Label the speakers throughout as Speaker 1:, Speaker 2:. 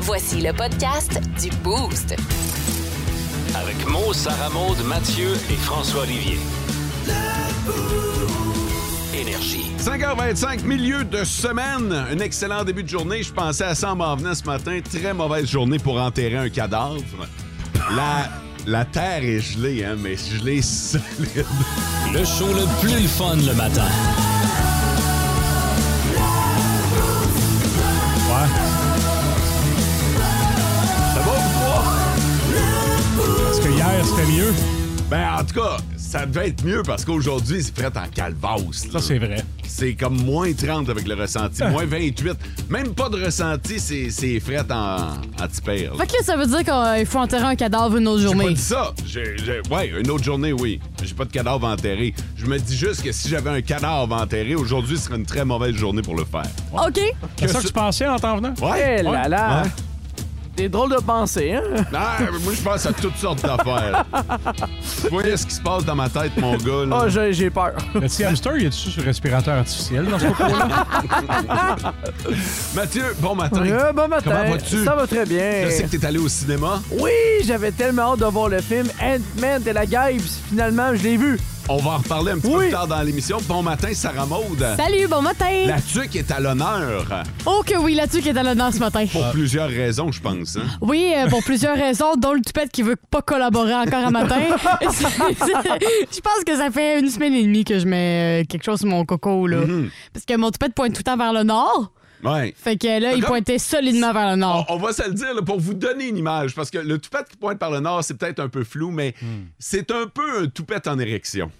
Speaker 1: Voici le podcast du Boost.
Speaker 2: Avec Mo, Sarah Maud, Mathieu et François Olivier. Énergie.
Speaker 3: 5h25, milieu de semaine. Un excellent début de journée. Je pensais à ça en m'en venant ce matin. Très mauvaise journée pour enterrer un cadavre. La, la terre est gelée, hein, mais gelée solide.
Speaker 2: Le show le plus fun le matin.
Speaker 3: Ça va ou pas?
Speaker 4: Parce que hier, c'était mieux.
Speaker 3: Ben, en tout cas, ça devait être mieux parce qu'aujourd'hui, c'est prêt en calvasse.
Speaker 4: Ça,
Speaker 3: là.
Speaker 4: c'est vrai.
Speaker 3: C'est comme moins 30 avec le ressenti, moins 28. Même pas de ressenti, c'est, c'est fret en, en tipère, là.
Speaker 5: Fait que là, ça veut dire qu'il faut enterrer un cadavre une autre
Speaker 3: J'ai pas
Speaker 5: journée.
Speaker 3: dit ça. J'ai- j'ai- ouais, une autre journée, oui. J'ai pas de cadavre enterré. Je me dis juste que si j'avais un cadavre enterré, aujourd'hui, ce serait une très mauvaise journée pour le faire.
Speaker 5: OK.
Speaker 4: C'est ça
Speaker 3: ce-
Speaker 4: que tu pensais en t'en venant?
Speaker 3: Ouais?
Speaker 6: Eh là là!
Speaker 3: Ouais.
Speaker 6: Des drôles de pensées, hein?
Speaker 3: Ah, moi, je pense à toutes sortes d'affaires. Vous voyez ce qui se passe dans ma tête, mon gars? là?
Speaker 6: Ah, j'ai j'ai peur.
Speaker 4: Le petit hamster, il est dessus sur respirateur artificiel dans ce propos-là?
Speaker 3: Mathieu, bon matin.
Speaker 6: Euh, bon matin.
Speaker 3: Comment vas-tu?
Speaker 6: Ça va très bien.
Speaker 3: Je sais que t'es allé au cinéma.
Speaker 6: Oui, j'avais tellement hâte de voir le film Ant-Man et la guêpe. Finalement, je l'ai vu.
Speaker 3: On va en reparler un petit peu
Speaker 6: Oui.
Speaker 3: plus tard dans l'émission. Bon matin, Sarah Maude.
Speaker 5: Salut, bon matin.
Speaker 3: La tuque est à l'honneur
Speaker 5: Oh que oui, là-dessus qui est à l'honneur ce matin.
Speaker 3: pour plusieurs raisons, je pense. hein.
Speaker 5: Oui, euh, pour plusieurs raisons, dont le toupette qui veut pas collaborer encore à matin. C'est- c'est- Je pense que ça fait une semaine et demie que je mets euh, quelque chose sur mon coco, là.
Speaker 3: Mm-hmm.
Speaker 5: Parce que mon toupette pointe tout le temps vers le nord.
Speaker 3: Ouais.
Speaker 5: Fait que là, il
Speaker 3: Comme-
Speaker 5: pointait solidement vers le
Speaker 3: On,
Speaker 5: nord.
Speaker 3: on va se le dire là, pour vous donner une image, parce que le toupette qui pointe par le nord, c'est peut-être un peu flou, mais
Speaker 5: Hmm.
Speaker 3: c'est un peu un toupette en érection.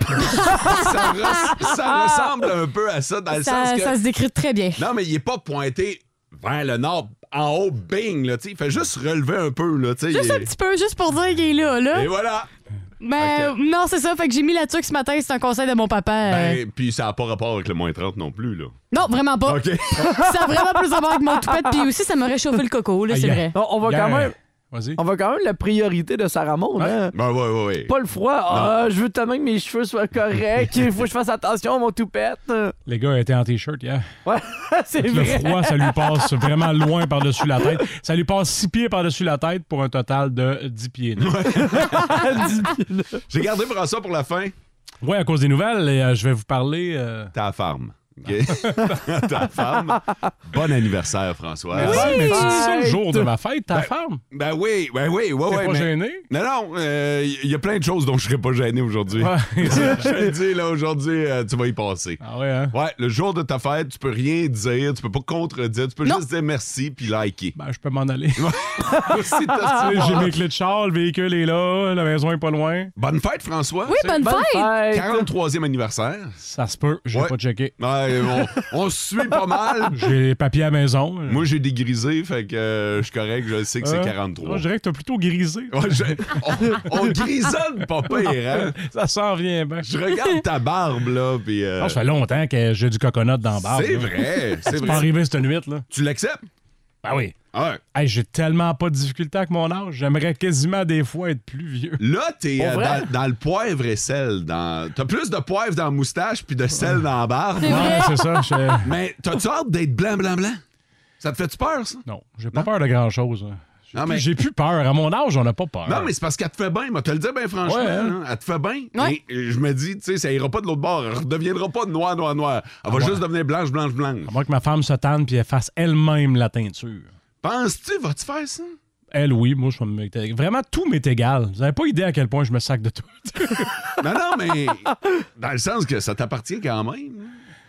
Speaker 3: ça, res- ça ressemble un peu à ça dans le
Speaker 5: Ah! Ça,
Speaker 3: sens que.
Speaker 5: ça se décrit très bien.
Speaker 3: Non, mais il est pas pointé vers le nord, en haut, bing, là, tu sais. Il fait juste relever un peu, là, tu sais.
Speaker 5: Juste
Speaker 3: il-
Speaker 5: un petit peu, juste pour dire qu'il est là, là.
Speaker 3: Et voilà.
Speaker 5: Mais
Speaker 3: Ok.
Speaker 5: non, c'est ça. Fait que j'ai mis la tuque ce matin. C'est un conseil de mon papa. euh.
Speaker 3: Ben, puis ça n'a pas rapport avec le moins 30 non plus, là.
Speaker 5: Non, vraiment pas.
Speaker 3: OK.
Speaker 5: Ça a vraiment plus à voir avec mon toupette. Puis aussi, ça m'aurait chauffé le coco, là, c'est
Speaker 4: Aïe.
Speaker 5: vrai.
Speaker 6: Non, on va
Speaker 4: Hier,
Speaker 6: quand même.
Speaker 4: Vas-y.
Speaker 6: On va quand même la priorité de Sarah Maud, hein?
Speaker 3: Ben, ouais, ouais, ouais.
Speaker 6: Pas le froid. Ah, je veux tellement que mes cheveux soient corrects. Il faut que je fasse attention à mon toupette.
Speaker 4: Les gars étaient en T-shirt hier.
Speaker 6: Ouais, c'est
Speaker 4: Le
Speaker 6: vrai.
Speaker 4: froid, ça lui passe vraiment loin par-dessus la tête. Ça lui passe six pieds par-dessus la tête pour un total de 10 pieds. là.
Speaker 3: J'ai gardé François pour la fin.
Speaker 4: Ouais, à cause des nouvelles, et, euh, je vais vous parler... euh,
Speaker 3: Ta femme. OK? Ta femme. Bon anniversaire, François.
Speaker 4: Ouais, mais tu dis ça le
Speaker 6: Fête.
Speaker 4: jour de ma fête, ta femme.
Speaker 3: Ben oui, ben oui, ouais,
Speaker 4: T'es
Speaker 3: ouais.
Speaker 4: pas
Speaker 3: mais-
Speaker 4: gêné?
Speaker 3: Non, non, il y a plein de choses dont je serais pas gêné aujourd'hui.
Speaker 4: Ouais.
Speaker 3: je te le dis, là, aujourd'hui, euh, tu vas y passer.
Speaker 4: Ah ouais, hein?
Speaker 3: Ouais, le jour de ta fête, tu peux rien dire, tu peux pas contredire, tu peux
Speaker 5: Non.
Speaker 3: juste dire merci puis liker.
Speaker 4: Ben, je peux m'en aller.
Speaker 3: Aussi, t'as-
Speaker 4: J'ai mes clés de char, le véhicule est là, la maison est pas loin.
Speaker 3: Bonne fête, François.
Speaker 5: Oui, bonne,
Speaker 6: Bonne
Speaker 5: fête!
Speaker 6: fête.
Speaker 3: 43e anniversaire.
Speaker 4: Ça se peut, j'ai
Speaker 3: Ouais.
Speaker 4: pas checké.
Speaker 3: Ouais, on, on se suit pas mal.
Speaker 4: J'ai les papiers à la maison.
Speaker 3: Moi, j'ai dégrisé, fait que euh, je suis correct, je sais que c'est
Speaker 4: Euh,
Speaker 3: 43.
Speaker 4: moi, je dirais que t'as plutôt grisé.
Speaker 3: Ouais, je- on, on grisonne pas pire, hein?
Speaker 4: Ça s'en vient bien.
Speaker 3: Je regarde ta barbe, là, puis... euh,
Speaker 4: Ah, ça fait longtemps que j'ai du coconut dans la barbe.
Speaker 3: c'est
Speaker 4: là.
Speaker 3: vrai, c'est
Speaker 4: C'est pas
Speaker 3: vrai.
Speaker 4: arrivé cette nuit, là.
Speaker 3: Tu l'acceptes?
Speaker 4: Ben oui.
Speaker 3: Ouais.
Speaker 4: Hey, j'ai tellement pas de difficulté avec mon âge. J'aimerais quasiment des fois être plus vieux.
Speaker 3: Là, t'es
Speaker 6: Pour
Speaker 3: euh,
Speaker 6: vrai?
Speaker 3: dans, dans le poivre et sel. Dans... T'as plus de poivre dans la moustache puis de sel dans la barbe.
Speaker 5: C'est vrai.
Speaker 4: Ouais, c'est ça. je-
Speaker 3: Mais t'as-tu hâte d'être blanc, blanc, blanc? Ça te fait-tu peur, ça?
Speaker 4: Non, j'ai pas peur de grand-chose. hein. J'ai
Speaker 3: Non,
Speaker 4: plus-
Speaker 3: mais-
Speaker 4: J'ai plus peur. À mon âge, on n'a pas peur.
Speaker 3: Non, mais c'est parce qu'elle te fait bien. Moi, te le dire bien franchement.
Speaker 4: Ouais, hein?
Speaker 3: hein, Elle te fait bien.
Speaker 5: Ouais.
Speaker 3: Et je me dis, tu sais, ça ira pas de l'autre bord. Elle redeviendra pas noir, noir, noir. Elle va
Speaker 4: Ah ouais.
Speaker 3: juste devenir blanche, blanche, blanche.
Speaker 4: À moins que ma femme se tanne puis elle fasse elle-même la teinture.
Speaker 3: Penses-tu, vas-tu faire ça?
Speaker 4: Elle, oui, moi, je me. Vraiment, tout m'est égal. Vous avez pas idée à quel point je me sac de tout.
Speaker 3: Non, non, mais dans le sens que ça t'appartient quand même.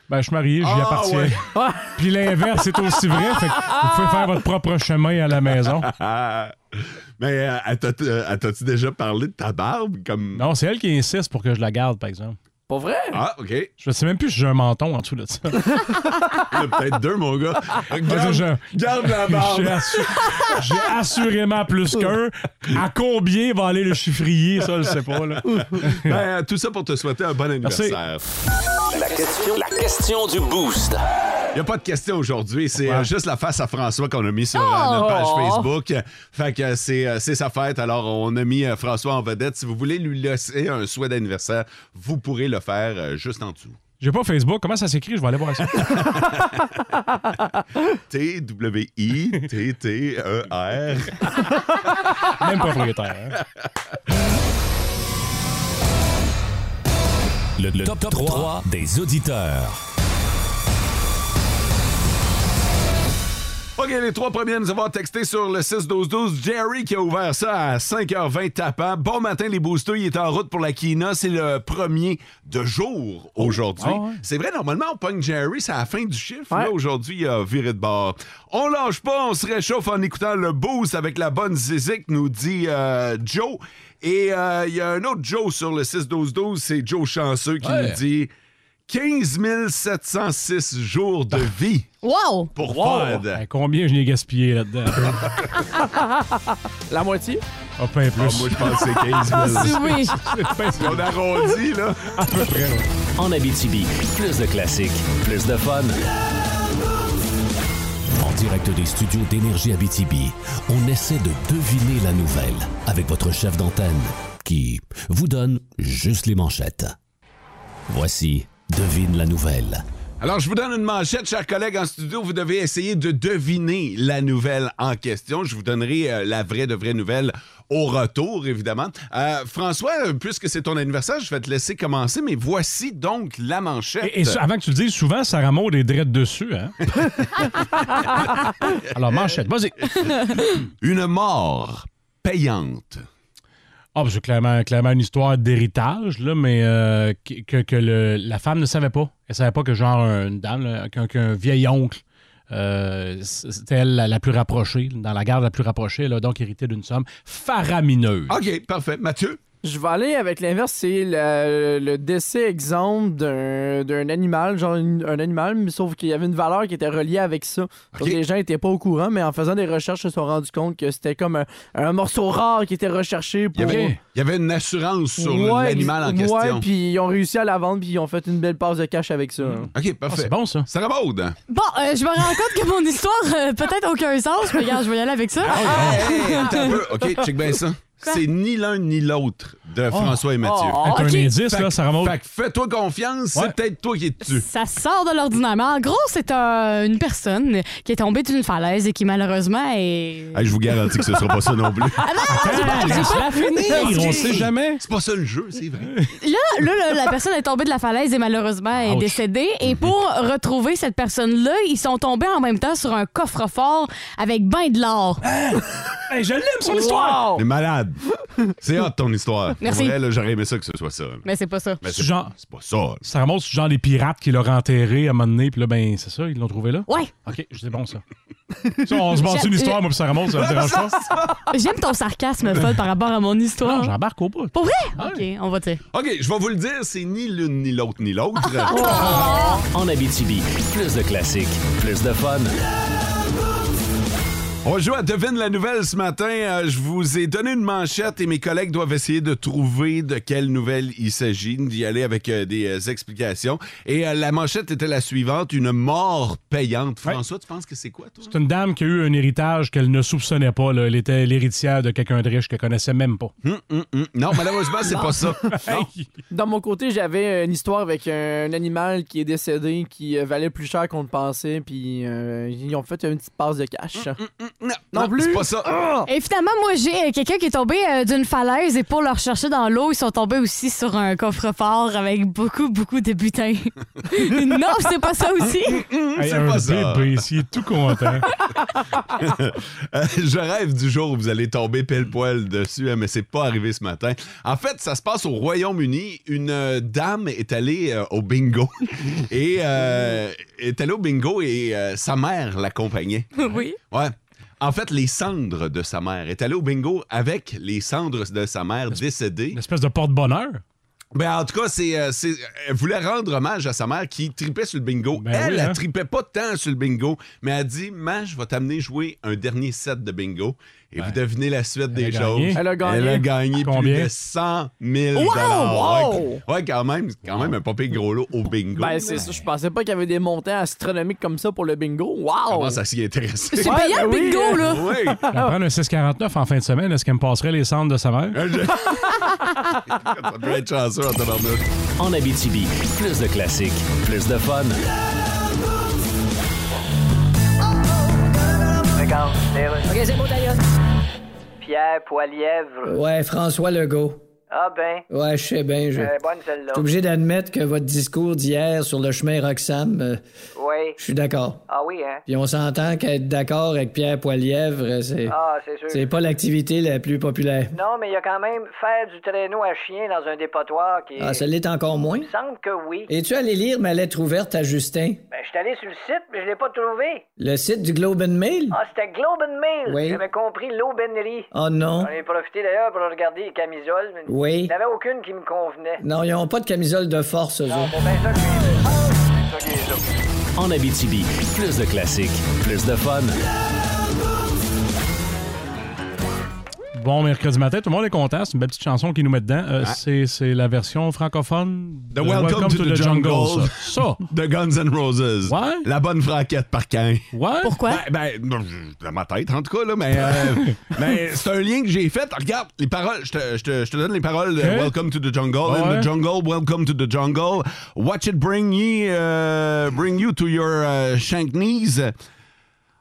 Speaker 4: Ben, je suis marié, j'y
Speaker 3: Ah,
Speaker 4: appartiens.
Speaker 3: ouais.
Speaker 4: Puis l'inverse, c'est aussi vrai. Fait que vous pouvez faire votre propre chemin à la maison.
Speaker 3: Ah, mais euh, elle t'a- euh, elle t'as-tu déjà parlé de ta barbe comme.
Speaker 4: Non, c'est elle qui insiste pour que je la garde, par exemple.
Speaker 6: Pas vrai?
Speaker 4: Eh.
Speaker 3: Ah, OK.
Speaker 4: Je sais même plus si j'ai un menton en dessous de ça.
Speaker 3: Il y en a peut-être deux, mon gars.
Speaker 4: Ah,
Speaker 3: Garde,
Speaker 4: déjà.
Speaker 3: garde la barbe.
Speaker 4: J'ai assu- j'ai assurément plus qu'un. À combien va aller le chiffrier, ça, je sais pas. Là.
Speaker 3: Ben, euh, tout ça pour te souhaiter un bon anniversaire.
Speaker 2: La question, la question du boost.
Speaker 3: Il n'y a pas de question aujourd'hui. C'est
Speaker 4: Ouais.
Speaker 3: euh, juste la face à François qu'on a mis sur euh, notre page Facebook. Fait que euh, c'est euh, c'est sa fête. Alors, on a mis euh, François en vedette. Si vous voulez lui laisser un souhait d'anniversaire, vous pourrez le faire euh, juste en dessous.
Speaker 4: J'ai pas Facebook. Comment ça s'écrit? Je vais aller voir ça.
Speaker 3: E T-W-I-T-T-E-R.
Speaker 4: Même propriétaire. hein?
Speaker 7: Le, top, 3, des auditeurs.
Speaker 3: OK, les trois premiers à nous avoir texté sur le 6-12-12. Jerry qui a ouvert ça à 5h20 tapant. Bon matin, les boosters. Il est en route pour la Kina. C'est le premier de jour aujourd'hui.
Speaker 4: Ah ouais.
Speaker 3: C'est vrai, normalement, on pogne Jerry, c'est à la fin du chiffre.
Speaker 6: Ouais.
Speaker 3: Là, aujourd'hui, il a viré de bord. On lâche pas, on se réchauffe en écoutant le boost avec la bonne zizik, nous dit euh, Joe. Et euh, il y a un autre Joe sur le 6-12-12, c'est Joe Chanceux qui
Speaker 7: Ouais.
Speaker 3: nous dit 15 706 jours de vie
Speaker 5: Wow!
Speaker 3: pour Ford.
Speaker 4: Hey, combien je n'ai gaspillé là-dedans?
Speaker 6: La moitié?
Speaker 4: Ah, pas plus.
Speaker 3: Ah, moi, je pense que c'est 15 000.
Speaker 4: Ah,
Speaker 5: Ah, Oui.
Speaker 3: On arrondit, là.
Speaker 4: à peu près. ouais.
Speaker 2: En Abitibi, plus de classiques, plus de fun.
Speaker 7: En direct des studios d'Énergie Abitibi, on essaie de deviner la nouvelle avec votre chef d'antenne qui vous donne juste les manchettes. Voici Devine la nouvelle.
Speaker 3: Alors, je vous donne une manchette, chers collègues en studio. Vous devez essayer de deviner la nouvelle en question. Je vous donnerai euh, la vraie de vraie nouvelle au retour, évidemment. Euh, François, euh, puisque c'est ton anniversaire, je vais te laisser commencer, mais voici donc la manchette.
Speaker 4: Et, et ça, avant que tu le dises, souvent, Sarah Maud est drette dessus. Hein? Alors, manchette, vas-y.
Speaker 3: Une mort payante.
Speaker 4: Ah, ben, c'est clairement, clairement une histoire d'héritage, là, mais euh, que- que, que le- la femme ne savait pas. Elle savait pas que, genre, une dame, là, qu'un qu'un vieil oncle, euh, c'était elle la, la plus rapprochée, dans la garde la plus rapprochée, elle a donc hérité d'une somme faramineuse.
Speaker 3: OK, parfait. Mathieu?
Speaker 6: Je vais aller avec l'inverse, c'est le, le décès exempt d'un d'un animal, genre une- un animal, mais sauf qu'il y avait une valeur qui était reliée avec ça. Donc,
Speaker 3: Ok.
Speaker 6: les gens étaient pas au courant, mais en faisant des recherches, ils se sont rendus compte que c'était comme un, un morceau rare qui était recherché
Speaker 3: Il y
Speaker 6: pour.
Speaker 3: avait, il y avait une assurance sur
Speaker 6: Ouais,
Speaker 3: l'animal en
Speaker 6: ex-
Speaker 3: question.
Speaker 6: Ouais, puis ils ont réussi à la vendre, puis ils ont fait une belle passe de cash avec ça.
Speaker 3: OK,
Speaker 4: Ah,
Speaker 3: parfait.
Speaker 4: c'est bon, ça.
Speaker 3: Sarah Maud.
Speaker 5: Bon, euh, je me rends compte que mon histoire, euh, peut-être aucun sens, mais regarde, je vais y aller avec ça.
Speaker 3: Hey, attends un peu. OK, check bien ça.
Speaker 5: Quoi?
Speaker 3: C'est ni l'un ni l'autre de François et Mathieu.
Speaker 6: Oh.
Speaker 4: Avec
Speaker 5: ok.
Speaker 4: un indice,
Speaker 3: Fait-
Speaker 4: là, Sarah Maud.
Speaker 3: Fait que fais-toi confiance,
Speaker 4: Ouais.
Speaker 3: c'est peut-être toi qui es dessus.
Speaker 5: Ça sort de l'ordinaire. Mais en gros, c'est euh, une personne qui est tombée d'une falaise et qui malheureusement est.
Speaker 3: je vous garantis que ce sera pas ça non plus.
Speaker 4: Ah, laisse-la finir, on
Speaker 5: Ok.
Speaker 4: sait jamais.
Speaker 3: C'est pas ça le jeu, c'est vrai.
Speaker 5: Là, là, là, la personne est tombée de la falaise et malheureusement est
Speaker 4: Ouch.
Speaker 5: décédée. Et pour retrouver cette personne-là, ils sont tombés en même temps sur un coffre-fort avec bain de l'or.
Speaker 4: Hey, je l'aime, son
Speaker 6: Wow!
Speaker 3: T'es malade. C'est hot ton histoire. Pour
Speaker 5: Merci.
Speaker 3: vrai, là, J'aurais aimé ça que ce soit ça.
Speaker 5: Mais c'est pas ça.
Speaker 3: Mais c'est
Speaker 4: Genre-
Speaker 3: c'est pas ça.
Speaker 4: Sarah Maud, c'est genre les pirates qui l'ont enterré à un moment donné, puis là, ben, c'est ça, ils l'ont trouvé là.
Speaker 5: Ouais,
Speaker 4: OK, c'est bon, ça. Ça, on se bâtit une histoire, moi, puis Sarah Maud, ça me dérange pas.
Speaker 5: j'aime ton sarcasme, Fod, par rapport à mon
Speaker 4: Non,
Speaker 5: histoire.
Speaker 4: j'embarque au bout.
Speaker 5: Pour vrai? OK, on va dire.
Speaker 3: OK, je vais vous le dire, c'est ni l'une ni l'autre ni l'autre.
Speaker 2: En Abitibi, plus de classiques, plus de fun.
Speaker 3: On joue à Devine la nouvelle ce matin. Euh, je vous ai donné une manchette et mes collègues doivent essayer de trouver de quelle nouvelle il s'agit, d'y aller avec euh, des euh, explications. Et euh, la manchette était la suivante, une mort payante. François, tu penses que c'est quoi, toi?
Speaker 4: C'est une dame qui a eu un héritage qu'elle ne soupçonnait pas. là. Elle était l'héritière de quelqu'un de riche qu'elle connaissait même pas.
Speaker 3: Hum, hum, hum. Non, malheureusement, c'est pas ça. Non.
Speaker 6: Dans mon côté, j'avais une histoire avec un animal qui est décédé, qui euh, valait plus cher qu'on le pensait, puis euh, ils ont fait une petite passe de cash.
Speaker 5: mm.
Speaker 3: Non,
Speaker 6: Non
Speaker 3: non, Ah!
Speaker 6: plus.
Speaker 3: c'est pas ça.
Speaker 5: Et finalement, moi, j'ai euh, quelqu'un qui est tombé euh, d'une falaise et pour le rechercher dans l'eau, ils sont tombés aussi sur un coffre-fort avec beaucoup, beaucoup de butin. non, c'est pas ça aussi.
Speaker 4: Hey,
Speaker 3: hum, c'est
Speaker 4: un
Speaker 3: pas ça.
Speaker 4: bébé, il est tout content.
Speaker 3: Euh, je rêve du jour où vous allez tomber pile-poil dessus, hein, mais c'est pas arrivé ce matin. En fait, ça se passe au Royaume-Uni. Une euh, dame est allée euh, au bingo. et euh, est allée au bingo et euh, sa mère l'accompagnait.
Speaker 5: oui.
Speaker 3: Ouais. En fait, les cendres de sa mère. Est allée au bingo avec les cendres de sa mère décédée.
Speaker 4: Une espèce de porte-bonheur.
Speaker 3: Ben, en tout cas, c'est, euh, c'est- elle voulait rendre hommage à sa mère qui tripait sur le bingo.
Speaker 4: Ben
Speaker 3: elle,
Speaker 4: oui,
Speaker 3: elle
Speaker 4: hein.
Speaker 3: tripait pas tant sur le bingo, mais elle a dit Ma, je vais t'amener jouer un dernier set de bingo. Et vous devinez la suite des
Speaker 4: Ben, a
Speaker 3: choses.
Speaker 4: gagné.
Speaker 6: Elle a gagné.
Speaker 3: Elle a gagné plus
Speaker 4: Combien?
Speaker 3: de 100 000
Speaker 6: Wow!
Speaker 3: dollars.
Speaker 6: Wow!
Speaker 3: Ouais, ouais, quand même, quand même un popé gros lot au bingo.
Speaker 6: Ben, c'est ça. Je pensais pas qu'il y avait des montants astronomiques comme ça pour le bingo. Wow!
Speaker 3: Comment ça s'y intéresser?
Speaker 5: C'est
Speaker 6: Ouais,
Speaker 5: payant,
Speaker 6: ben oui,
Speaker 5: bingo,
Speaker 6: euh,
Speaker 5: là.
Speaker 3: oui!
Speaker 4: Elle va prendre un
Speaker 3: Euh,
Speaker 4: 6,49 en fin de semaine. Est-ce qu'elle me passerait les cendres de sa mère?
Speaker 3: Je- ça peut être chanceux. sûr en tabarnouche.
Speaker 2: En Abitibi, plus de classiques, plus de fun.
Speaker 8: Pierre Poilièvre.
Speaker 9: Ouais, François Legault.
Speaker 8: Ah ben,
Speaker 9: Ouais, je sais bien. Je
Speaker 8: euh, bonne celle-là.
Speaker 9: je suis obligé d'admettre que votre discours d'hier sur le chemin Roxham, euh,
Speaker 8: Oui.
Speaker 9: je suis d'accord.
Speaker 8: Ah oui, hein?
Speaker 9: Puis on s'entend qu'être d'accord avec Pierre Poilièvre, euh, c'est
Speaker 8: Ah, c'est sûr.
Speaker 9: c'est pas l'activité la plus populaire.
Speaker 8: Non, mais il y a quand même faire du traîneau à chien dans un dépotoir qui.
Speaker 9: Ah, ça l'est encore moins.
Speaker 8: Il me semble que oui.
Speaker 9: Es-tu allé lire ma lettre ouverte à Justin?
Speaker 8: Ben, je suis allé sur le site, mais je l'ai pas trouvé.
Speaker 9: Le site du Globe and Mail?
Speaker 8: Ah, c'était Globe and Mail.
Speaker 9: Oui.
Speaker 8: J'avais compris l'aubainerie.
Speaker 9: Oh non.
Speaker 8: J'en ai profité d'ailleurs pour regarder les camisoles. mais
Speaker 9: Oui.
Speaker 8: Il n'y en avait aucune qui me convenait.
Speaker 9: Non, ils ont pas de camisole de force, eux autres.
Speaker 8: Bon, ben, ça, je- ça, je- ça.
Speaker 2: En Abitibi, plus de classiques, plus de fun.
Speaker 4: Bon mercredi matin, tout le monde est content. C'est une belle petite chanson qu'ils nous mettent dedans. Euh, c'est- C'est la version francophone
Speaker 3: The Welcome to the Jungle.
Speaker 4: Ça,
Speaker 3: The Guns N' Roses.
Speaker 4: Ouais.
Speaker 3: La bonne franquette par Cain.
Speaker 4: Ça, ouais.
Speaker 5: Pourquoi?
Speaker 3: Ben, ben, dans ma tête, en tout cas, là, mais, euh, mais c'est un lien que j'ai fait. Regarde, les paroles, je te, je te- je te donne les paroles. de
Speaker 4: Ok.
Speaker 3: Welcome to the jungle,
Speaker 4: Ouais.
Speaker 3: in the jungle, welcome to the jungle. Watch it bring ye, uh, bring you to your uh, shank knees.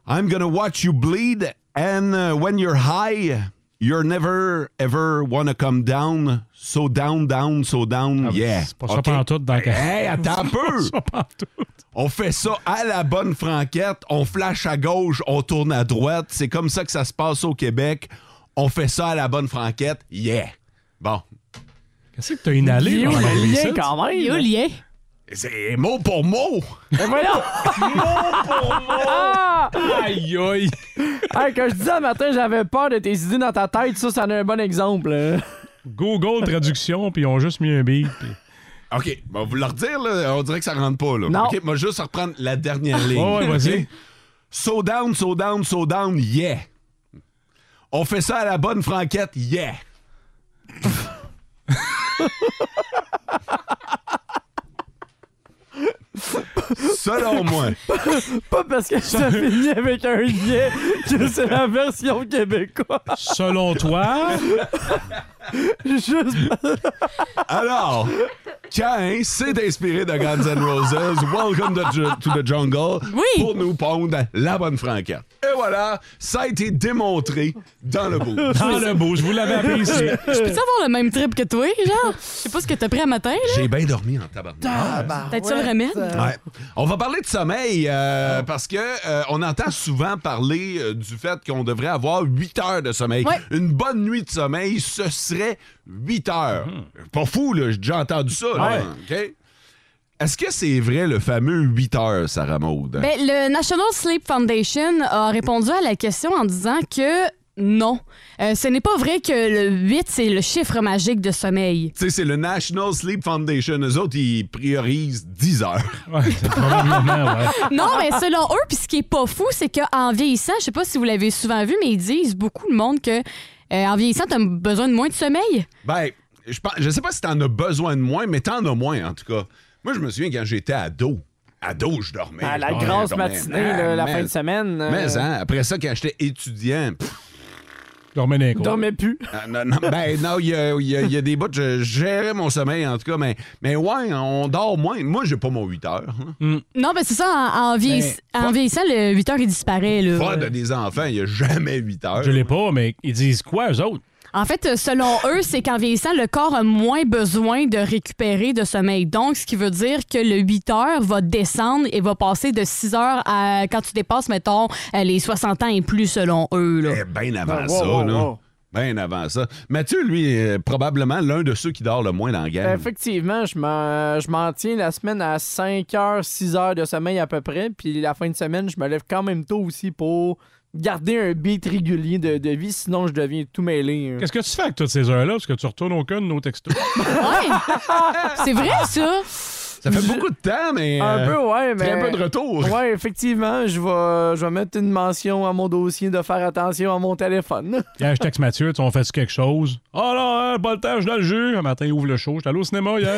Speaker 3: I'm gonna watch you bleed, and uh, when you're high, you're never ever wanna come down. So down, down, so down, yeah.
Speaker 4: C'est pas ça
Speaker 3: Ok?
Speaker 4: pantoute dans le
Speaker 3: Hey, attends un peu!
Speaker 4: Ça pantoute.
Speaker 3: On fait ça à la bonne franquette, on flash à gauche, on tourne à droite. C'est comme ça que ça se passe au Québec. On fait ça à la bonne franquette. Yeah! Bon.
Speaker 4: Qu'est-ce que t'as inhalé?
Speaker 6: Yo,
Speaker 4: dans
Speaker 6: le
Speaker 4: les
Speaker 6: lien,
Speaker 4: sites?
Speaker 6: quand même.
Speaker 5: Yo, lien.
Speaker 3: C'est mot pour mot!
Speaker 6: Mais voyons. Ah!
Speaker 4: Aïe, aïe.
Speaker 6: Hey, quand je disais le matin, j'avais peur de tes idées dans ta tête. Ça, ça en est un bon exemple. hein.
Speaker 4: Google traduction, puis ils ont juste mis un beat. puis-
Speaker 3: OK, on va vous le redire, là, on dirait que ça rentre pas. Là.
Speaker 6: Non.
Speaker 3: OK, moi, juste reprendre la dernière ligne.
Speaker 4: Ouais, ouais, vas-y.
Speaker 3: OK? So down, so down, so down, yeah! On fait ça à la bonne franquette, yeah! Selon moi.
Speaker 6: Pas parce que ça finit avec un lien que c'est la version québécoise.
Speaker 4: Selon toi,
Speaker 6: Juste
Speaker 3: Alors, Cain s'est inspiré de Guns N' Roses, Welcome to, ju- to the Jungle,
Speaker 5: Oui.
Speaker 3: pour nous pondre la bonne franquette. Et voilà, ça a été démontré dans le bout.
Speaker 4: dans le beau, je vous l'avais appris ici.
Speaker 5: Je peux-tu avoir le même trip que toi, genre? Je sais pas ce que t'as pris à matin, là.
Speaker 3: J'ai bien dormi en tabarnak.
Speaker 5: Peut-être ça le remède?
Speaker 3: Ouais. Euh. On va parler de sommeil euh, parce que euh, on entend souvent parler euh, du fait qu'on devrait avoir 8 heures de sommeil.
Speaker 5: Ouais.
Speaker 3: Une bonne nuit de sommeil, ce serait 8 heures.
Speaker 4: Mm-hmm.
Speaker 3: Pas fou, là, j'ai déjà entendu ça. là, OK? Est-ce que c'est vrai le fameux 8 heures, Sarah Maud?
Speaker 5: Ben, le National Sleep Foundation a répondu à la question en disant que non. Euh, ce n'est pas vrai que le 8, c'est le chiffre magique de sommeil.
Speaker 3: Tu sais, c'est le National Sleep Foundation. Eux autres, ils priorisent 10 heures.
Speaker 4: Ouais, c'est probablement, ouais.
Speaker 5: Non, mais selon eux, puis ce qui est pas fou, c'est qu'en vieillissant, je sais pas si vous l'avez souvent vu, mais ils disent beaucoup de monde que euh, en vieillissant, t'as besoin de moins de sommeil.
Speaker 3: Ben, je, pense- je sais pas si t'en as besoin de moins, mais t'en as moins, en tout cas. Moi, je me souviens quand j'étais ado. Ado, je dormais.
Speaker 6: Ah, la
Speaker 3: je dormais,
Speaker 6: grosse
Speaker 3: je dormais.
Speaker 6: matinée,
Speaker 3: Ah,
Speaker 6: là, la
Speaker 3: mais-
Speaker 6: fin de semaine. euh,
Speaker 3: Mais hein, après ça, quand j'étais étudiant, pff,
Speaker 4: Dormez dans les
Speaker 6: je
Speaker 4: coins.
Speaker 6: dormais plus.
Speaker 3: ah, non, non, ben non, il y a, il y a- il y a des bouts, je gérais mon sommeil en tout cas, mais, mais ouais, on dort moins. Moi, j'ai pas mon 8 heures. hein.
Speaker 5: Non, mais c'est ça, en, en vieilliss- en vieillissant, le 8 heures, il disparaît. Là.
Speaker 3: Ben, Pas de des enfants, il y a jamais 8 heures.
Speaker 4: Je l'ai pas, mais ils disent quoi, eux autres?
Speaker 5: En fait, euh, selon eux, c'est qu'en vieillissant, le corps a moins besoin de récupérer de sommeil. Donc, ce qui veut dire que le 8 heures va descendre et va passer de 6 heures à quand tu dépasses, mettons, euh, les 60 ans et plus, selon eux. Là.
Speaker 3: Eh, ben avant
Speaker 6: Ah, wow,
Speaker 3: ça,
Speaker 6: wow,
Speaker 3: là.
Speaker 6: wow.
Speaker 3: Ben avant ça. Mathieu, lui, est probablement l'un de ceux qui dort le moins dans la
Speaker 6: Ben,
Speaker 3: gang.
Speaker 6: Effectivement, je m'en, je m'en tiens la semaine à 5 heures, 6 heures de sommeil à peu près. Puis la fin de semaine, je me lève quand même tôt aussi pour garder un beat régulier de, de vie, sinon je deviens tout mêlé. hein.
Speaker 4: Qu'est-ce que tu fais avec toutes ces heures-là? Parce que tu retournes aucun de nos textos.
Speaker 5: Ouais. c'est vrai, ça.
Speaker 3: Ça fait beaucoup de temps, mais.
Speaker 6: Un
Speaker 3: euh,
Speaker 6: peu, ouais, mais.
Speaker 3: Très peu de retour.
Speaker 6: Ouais, effectivement, je vais, je vais mettre une mention à mon dossier de faire attention à mon téléphone.
Speaker 4: Hier, je texte Mathieu, tu sais, on fait quelque chose?
Speaker 3: Ah
Speaker 4: Oh là, hein, pas le temps, je suis dans le jus. Un matin, il ouvre le show, j'étais allé au cinéma hier.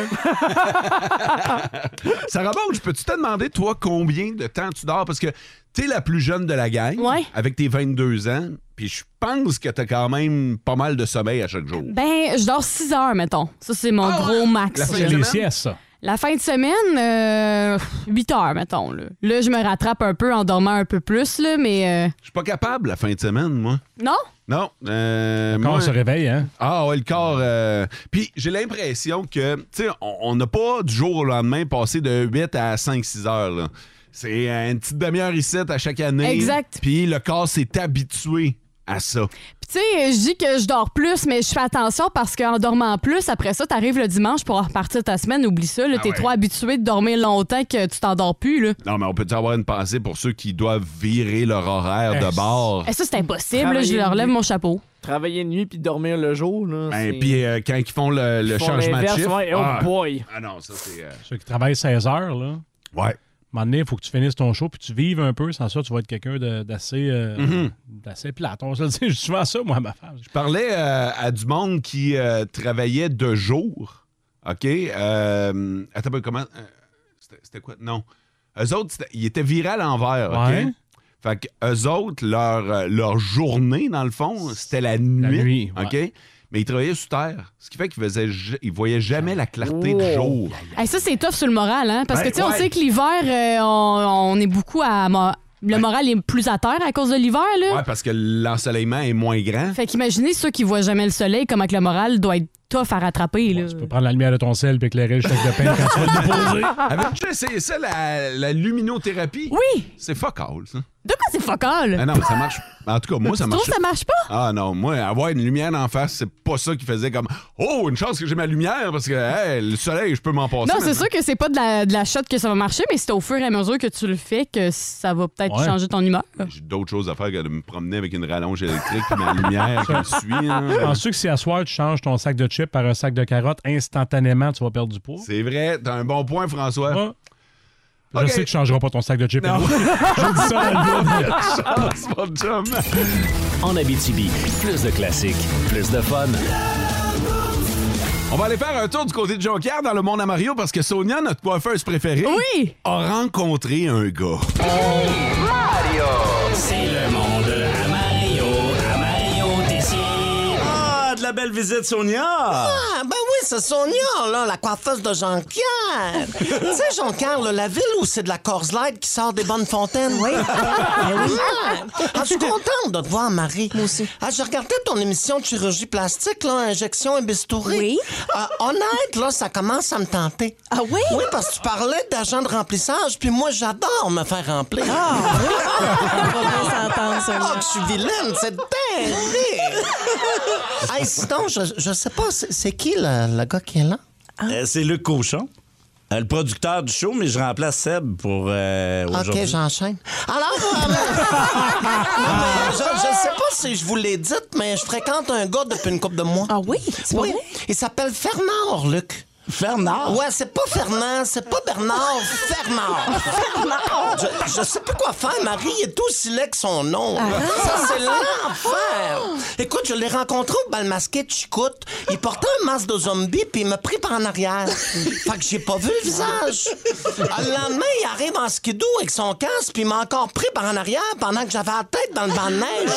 Speaker 3: Sarah Baud, je peux-tu te demander, toi, combien de temps tu dors? Parce que t'es la plus jeune de la gang,
Speaker 5: Ouais.
Speaker 3: avec tes 22 ans, puis je pense que t'as quand même pas mal de sommeil à chaque jour.
Speaker 5: Ben, je dors 6 heures, mettons. Ça, c'est mon
Speaker 3: Ah ouais?
Speaker 5: gros max.
Speaker 3: La
Speaker 5: là.
Speaker 3: fin
Speaker 4: C'est
Speaker 3: de
Speaker 4: les
Speaker 3: semaine?
Speaker 4: siestes, ça.
Speaker 5: La fin de semaine, euh, 8 heures, mettons. Là. Là, je me rattrape un peu en dormant un peu plus, là, mais.
Speaker 3: Je suis pas capable la fin de semaine, moi.
Speaker 5: euh, non?
Speaker 3: Non. euh,
Speaker 4: Quand
Speaker 3: moi-
Speaker 4: on se réveille, hein?
Speaker 3: Ah ouais, le corps. euh, Puis j'ai l'impression que, tu sais, on on n'a pas du jour au lendemain passé de 8 à 5-6 heures. là. C'est euh, une petite demi-heure ici à chaque année.
Speaker 5: Exact.
Speaker 3: Puis le corps s'est habitué à ça.
Speaker 5: Puis, tu sais, je dis que je dors plus, mais je fais attention parce qu'en dormant plus, après ça, t'arrives le dimanche pour repartir ta semaine. Oublie ça, là.
Speaker 3: Ah
Speaker 5: T'es
Speaker 3: ouais.
Speaker 5: trop habitué de dormir longtemps que tu t'endors plus, là.
Speaker 3: Non, mais on peut avoir une pensée pour ceux qui doivent virer leur horaire de
Speaker 4: Eh,
Speaker 3: bord.
Speaker 5: Et ça, c'est impossible, là. Je
Speaker 6: Travailler
Speaker 5: leur lève
Speaker 6: nuit.
Speaker 5: mon chapeau.
Speaker 6: Travailler de nuit puis dormir le jour, là.
Speaker 3: Ben,
Speaker 6: c'est-
Speaker 3: puis euh, quand ils font le, le
Speaker 6: font
Speaker 3: changement de
Speaker 6: l'inverse,
Speaker 3: chiffre.
Speaker 6: ouais, oh
Speaker 3: ah,
Speaker 6: boy.
Speaker 3: ah non, ça c'est. euh,
Speaker 4: Ceux qui travaillent 16 heures, là.
Speaker 3: ouais.
Speaker 4: À un moment donné, il faut que tu finisses ton show puis tu vives un peu. Sans ça, tu vas être quelqu'un de- d'assez euh,
Speaker 3: Mm-hmm.
Speaker 4: d'assez plate. On se le dit, je dis souvent ça, moi, à ma femme.
Speaker 3: Je parlais euh, à du monde qui euh, travaillait de jour. OK? Euh, attends, un peu, comment. euh, c'était- C'était quoi? Non. Eux autres, c'était- ils étaient virés à l'envers. OK?
Speaker 4: Ouais.
Speaker 3: Fait que eux autres, leur, euh, leur journée, dans le fond, c'était la nuit.
Speaker 4: nuit, ouais.
Speaker 3: OK? Mais ils travaillaient sous terre. Ce qui fait qu'ils faisaient ja- ils voyaient jamais la clarté du jour.
Speaker 5: Hey, ça, c'est tough sur le moral, hein? Parce
Speaker 3: Ben,
Speaker 5: que, tu sais,
Speaker 3: ouais.
Speaker 5: on sait que l'hiver, euh, on, on est beaucoup à. mo- Le moral est plus à terre à cause de l'hiver, là.
Speaker 3: Ouais, parce que l'ensoleillement est moins grand.
Speaker 5: Fait qu'imaginez ceux qui voient jamais le soleil, comment que le moral doit être tough à rattraper, là.
Speaker 4: Tu peux prendre la lumière de ton sel puis éclairer le chèque de pain quand tu vas le déposer.
Speaker 3: Avais-tu essayé ça, la, la luminothérapie?
Speaker 5: Oui!
Speaker 3: C'est fuck all, ça.
Speaker 5: De quoi c'est focal?
Speaker 3: Ah non, mais ça marche. En tout cas, moi, ça
Speaker 5: tu
Speaker 3: marche.
Speaker 5: trouves que ça marche pas?
Speaker 3: Ah non, moi, avoir une lumière en face, c'est pas ça qui faisait comme Oh, une chance que j'ai ma lumière parce que hey, le soleil, je peux m'en passer.
Speaker 5: Non, c'est
Speaker 3: maintenant.
Speaker 5: sûr que c'est pas de la, de la shot que ça va marcher, mais c'est au fur et à mesure que tu le fais que ça va peut-être
Speaker 4: Ouais.
Speaker 5: changer ton humeur.
Speaker 3: J'ai d'autres choses à faire que de me promener avec une rallonge électrique puis ma lumière qui me suit. hein.
Speaker 4: Penses-tu que si à soir, tu changes ton sac de chips par un sac de carottes, instantanément, tu vas perdre du poids?
Speaker 3: C'est vrai, t'as un bon point, François.
Speaker 4: Moi, Je
Speaker 3: Ok.
Speaker 4: sais que tu changeras pas ton sac de chips.
Speaker 3: Non.
Speaker 4: Je dis ça dans le groupe.
Speaker 3: Chance, mon chum.
Speaker 2: En Abitibi, plus de classiques, plus de fun.
Speaker 3: On va aller faire un tour du côté de Jonquière dans le monde à Mario parce que Sonia, notre coiffeuse préférée,
Speaker 5: Oui!
Speaker 3: a rencontré un gars.
Speaker 2: C'est le monde à Mario, à Mario
Speaker 10: Ah, de la belle visite, Sonia!
Speaker 11: Ah, ben oui, c'est Sonia, là, la coiffeuse de Jonquière. tu sais, Jonquière, là, la ville où c'est de la Corselight qui sort des bonnes fontaines. Ah, Oui. Ah, je suis contente de te voir, Marie. Moi aussi. Ah, je regardais ton émission de chirurgie plastique, là, injection et bistouri.
Speaker 10: Oui.
Speaker 11: Ah, honnête, là, ça commence à me tenter.
Speaker 10: Ah oui?
Speaker 11: Oui, parce que tu parlais d'agent de remplissage, puis moi, j'adore me faire remplir. Ah,
Speaker 10: bien s'entendre, Sonia.
Speaker 11: que Oh, je suis vilaine, c'est terrible. hey, sinon, Ah, je, je sais pas, c'est c'est qui le, le gars qui est là?
Speaker 5: Ah.
Speaker 10: Euh, c'est Luc Cochon, euh, le producteur du show, mais je remplace Seb pour euh,
Speaker 11: Ah, OK,
Speaker 10: aujourd'hui.
Speaker 11: j'enchaîne. Alors, euh, non, mais je, je sais pas si je vous l'ai dit, mais je fréquente un gars depuis une couple de mois.
Speaker 10: Ah oui? C'est pas
Speaker 11: Oui,
Speaker 10: vrai?
Speaker 11: il s'appelle Fernand, Luc.
Speaker 10: Fernard.
Speaker 11: Ouais, c'est pas Fernand, c'est pas Bernard, Fernard. Fernand! Je, je sais plus quoi faire, Marie est aussi laid que son nom.
Speaker 10: Ah.
Speaker 11: Ça, c'est l'enfer! Écoute, je l'ai rencontré au bal masqué de Chicoute. Il portait un masque de zombie, puis il m'a pris par en arrière. Fait que j'ai pas vu le visage. Ah, Le lendemain, il arrive en skidoo avec son casque, puis il m'a encore pris par en arrière pendant que j'avais la tête dans le vent de neige.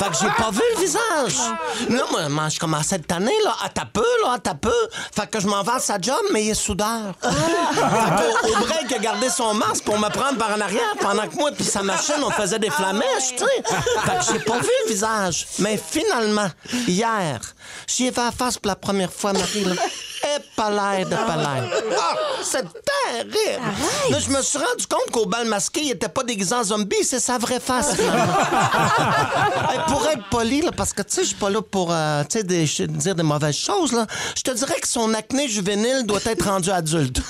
Speaker 11: Fait que j'ai pas vu le visage. Là, moi, moi, je commençais de tanner, là, à ta peu, là, à ta peu. Fait que je m'en vais à sa job, mais il est soudeur. Fait que, au break, il a gardé son masque pour me prendre par en arrière pendant que moi puis sa machine, on faisait des flamèches, tu sais. Fait que j'ai pas vu le visage. Mais finalement, hier, j'y ai fait la face pour la première fois, Marie, là. Et pas l'air de pas l'air. Ah, c'est terrible! Là, je me suis rendu compte qu'au bal masqué, il était pas déguisé en zombie, c'est sa vraie face. finalement. Hey, Ben, pour être poli, là, parce que tu sais, je suis pas là pour euh, tu sais, des- ch- dire des mauvaises choses, là. je te dirais que son acné juvénile doit être rendu adulte.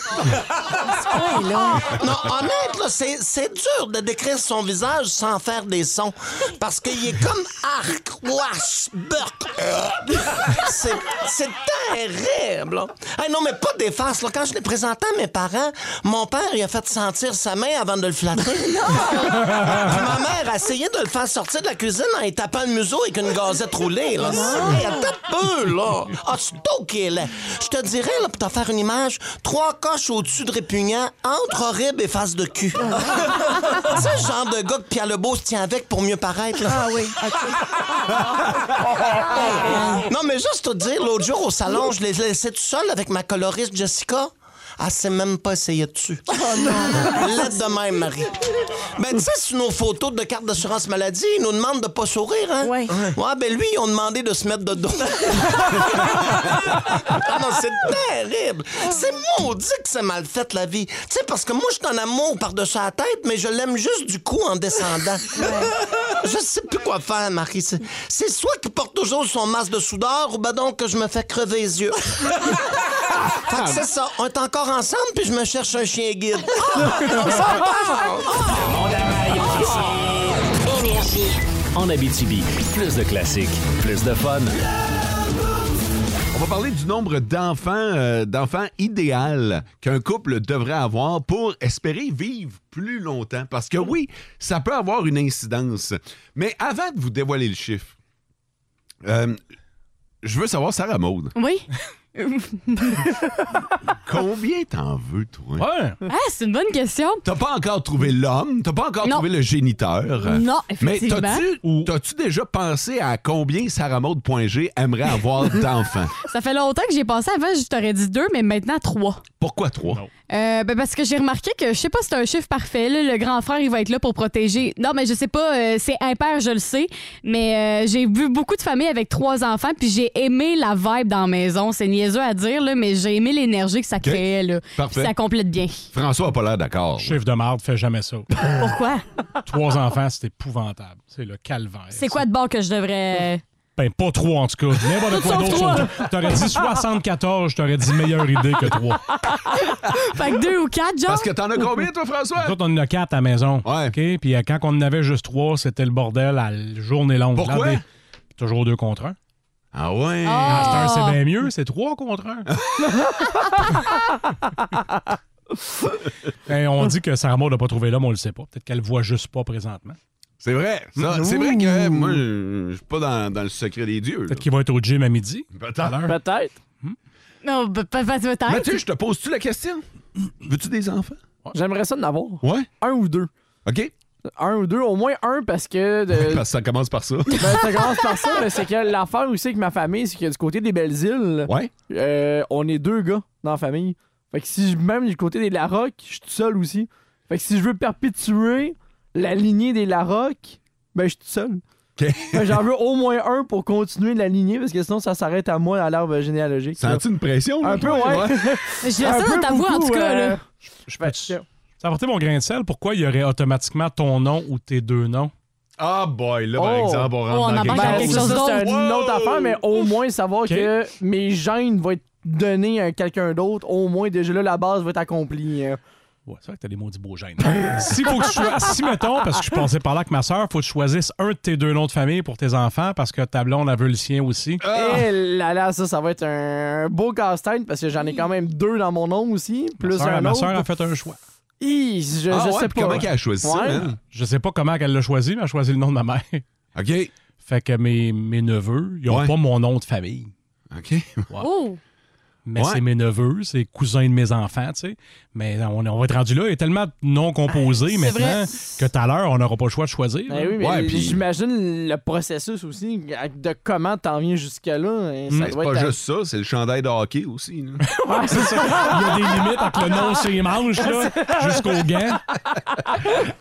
Speaker 11: Non, honnête, là, c'est, c'est dur de décrire son visage sans faire des sons. Parce qu'il est comme arc, wash, burk. C'est, c'est terrible. là. Hey, non, mais pas des faces. là. Quand je l'ai présenté à mes parents, mon père, il a fait sentir sa main avant de le flatter. Non! Puis ma mère a essayé de le faire sortir de la cuisine en lui tapant le museau avec une gazette roulée. Là. Hey, attends un peu, là. Ah, c'est ok, là. Je te dirais, là, pour te faire une image, trois coches au-dessus de répugnant, entre horrible et face de cul. tu sais, le genre de gars que Pierre Lebeau se tient avec pour mieux paraître. Ah oui, non, mais juste te dire, l'autre jour au salon, je les laissais tout seul avec ma coloriste Jessica. Elle s'est même pas essayée dessus. Oh non! L'aide de même, Marie. Ben, tu sais, sur nos photos de carte d'assurance maladie, ils nous demandent de pas sourire, hein? Ouais. Ouais, ben lui, ils ont demandé de se mettre de dos. Ah non, c'est terrible. C'est maudit que c'est mal fait, la vie. Tu sais, parce que moi, je suis en amour par-dessus la tête, mais je l'aime juste du cou en descendant. Je sais plus quoi faire, Marie. C'est- C'est soit qu'il porte toujours son masque de soudeur ou ben donc que je me fais crever les yeux. Fait que c'est ça. On est encore ensemble, puis je me cherche un chien guide. Ah! On s'en parle!
Speaker 1: Énergie.
Speaker 2: En Abitibi, plus de classiques, plus de fun.
Speaker 3: On va parler du nombre d'enfants euh, d'enfants idéal qu'un couple devrait avoir pour espérer vivre plus longtemps. Parce que oui, ça peut avoir une incidence. Mais avant de vous dévoiler le chiffre, euh, je veux savoir, Sarah Maude,
Speaker 5: Oui?
Speaker 3: combien t'en veux, toi?
Speaker 5: ah, c'est une bonne question.
Speaker 3: T'as pas encore trouvé l'homme, t'as pas encore
Speaker 5: Non.
Speaker 3: trouvé le géniteur.
Speaker 5: Non,
Speaker 3: Mais
Speaker 5: effectivement.
Speaker 3: t'as-tu t'as-tu déjà pensé à combien sarahmaude.g aimerait avoir d'enfants?
Speaker 5: Ça fait longtemps que j'y ai pensé. Avant, je t'aurais dit deux, mais maintenant trois.
Speaker 3: Pourquoi trois?
Speaker 5: Euh, ben parce que j'ai remarqué que je sais pas si c'est un chiffre parfait. là, le grand frère, il va être là pour protéger. Non, mais je sais pas, euh, c'est impair, je le sais. Mais euh, j'ai vu beaucoup de familles avec trois enfants, puis j'ai aimé la vibe dans la maison. C'est niaiseux à dire, là, mais j'ai aimé l'énergie que ça créait. Là,
Speaker 3: Parfait.
Speaker 5: Puis ça complète bien.
Speaker 3: François a pas l'air d'accord.
Speaker 4: Chiffre de marde, fais jamais ça.
Speaker 5: Pourquoi?
Speaker 4: Trois enfants, c'est épouvantable. C'est le calvaire.
Speaker 5: C'est quoi de bon que je devrais. euh,
Speaker 4: Ben, pas trois, en tout cas. N'importe quoi
Speaker 5: Sauf
Speaker 4: d'autre.
Speaker 5: trois.
Speaker 4: sur- T'aurais dit 74, je t'aurais dit meilleure idée que trois.
Speaker 5: fait que deux ou quatre, genre?
Speaker 4: Parce que t'en as combien,
Speaker 3: toi, François?
Speaker 4: Nous autres, on en a quatre à la maison. OK? Puis euh, quand on en avait juste trois, c'était le bordel à la journée longue.
Speaker 3: Pourquoi?
Speaker 4: Là, des- Toujours deux contre un.
Speaker 3: Ah ouais?
Speaker 4: Ah, c'est un, c'est bien mieux, c'est trois contre un. Ben, on dit que Sarah Maud n'a pas trouvé l'homme, on le sait pas. Peut-être qu'elle le voit juste pas présentement.
Speaker 3: C'est vrai. Ça,
Speaker 4: Ouh.
Speaker 3: c'est vrai que moi, je je suis pas dans, dans le secret des dieux. là.
Speaker 4: Peut-être qu'il va être au gym à midi.
Speaker 3: Peut-être.
Speaker 6: Peut-être.
Speaker 5: Non, pe- pe- pe- peut-être.
Speaker 3: Mathieu, je te pose-tu la question? Veux-tu des enfants?
Speaker 6: J'aimerais ça en avoir.
Speaker 3: Ouais?
Speaker 6: Un ou deux.
Speaker 3: OK?
Speaker 6: Un ou deux, au moins un parce que. euh, de-
Speaker 3: Parce que ça commence par ça.
Speaker 6: Ben, ça commence par ça, mais c'est que l'affaire aussi avec ma famille, c'est que du côté des Belles-Îles,
Speaker 3: Ouais.
Speaker 6: euh, on est deux gars dans la famille. Fait que si je, même du côté des Larocque, je suis tout seul aussi. Fait que si je veux perpétuer la lignée des Larocque, ben je suis tout seul. Fait que J'en veux au moins un pour continuer la lignée parce que sinon ça s'arrête à moi à l'arbre généalogique. là.
Speaker 3: Sens-tu une pression? là,
Speaker 6: Un peu,
Speaker 3: toi?
Speaker 6: ouais.
Speaker 5: Je le sens
Speaker 6: Un peu
Speaker 5: dans ta voix, en
Speaker 6: beaucoup,
Speaker 5: tout cas.
Speaker 6: euh,
Speaker 5: là.
Speaker 4: Je peux Ça apporter mon grain de sel, pourquoi il y aurait automatiquement ton nom ou tes deux noms?
Speaker 3: Ah, boy, là, par
Speaker 6: Oh.
Speaker 3: exemple, on rentre
Speaker 5: Oh, on
Speaker 3: dans
Speaker 5: en
Speaker 3: quelque
Speaker 5: parle
Speaker 3: chose.
Speaker 5: dans quelque chose
Speaker 6: Ben, Ça, c'est
Speaker 5: d'autre.
Speaker 6: une autre affaire, mais au moins savoir
Speaker 4: OK.
Speaker 6: que mes gènes vont être donnés à quelqu'un d'autre, au moins déjà là, la base va être accomplie. hein.
Speaker 4: Ouais, c'est vrai que t'as des maudits beaux gènes. si, faut que tu choi- si, mettons, parce que je pensais par là que ma soeur, faut que tu choisisses un de tes deux noms de famille pour tes enfants parce que ta blonde, elle veut le sien aussi.
Speaker 3: Euh,
Speaker 5: Ah!
Speaker 6: Eh là là, ça, ça va être un beau casse-tête parce que j'en ai quand même deux dans mon nom aussi, plus
Speaker 4: ma soeur,
Speaker 6: un autre.
Speaker 4: a fait un choix.
Speaker 6: Hi, je,
Speaker 3: Ah
Speaker 6: je
Speaker 3: ouais,
Speaker 6: sais
Speaker 3: puis
Speaker 6: pas.
Speaker 3: comment qu'elle a choisi ça,
Speaker 6: Ouais.
Speaker 3: elle?
Speaker 4: Je sais pas comment elle l'a choisi, mais elle a choisi le nom de ma mère.
Speaker 3: OK.
Speaker 4: Fait que mes, mes neveux, ils ont
Speaker 3: Ouais.
Speaker 4: pas mon nom de famille.
Speaker 3: OK.
Speaker 5: Oh!
Speaker 4: Mais
Speaker 3: Ouais.
Speaker 4: c'est mes neveux, c'est cousins de mes enfants, tu sais. Mais on, on va être rendu là. Il y a tellement de noms composés maintenant que tout à l'heure, on n'aura pas le choix de choisir. hein.
Speaker 6: Ben oui, mais
Speaker 3: Ouais, puis-
Speaker 6: j'imagine le processus aussi de comment t'en viens jusque-là. hein, ça
Speaker 3: Mmh, C'est
Speaker 6: doit
Speaker 3: pas
Speaker 6: être-
Speaker 3: juste ça, c'est le chandail de hockey aussi. là.
Speaker 4: Ouais, c'est ça. Il y a des limites entre le nom sur les manches, là, jusqu'au gant.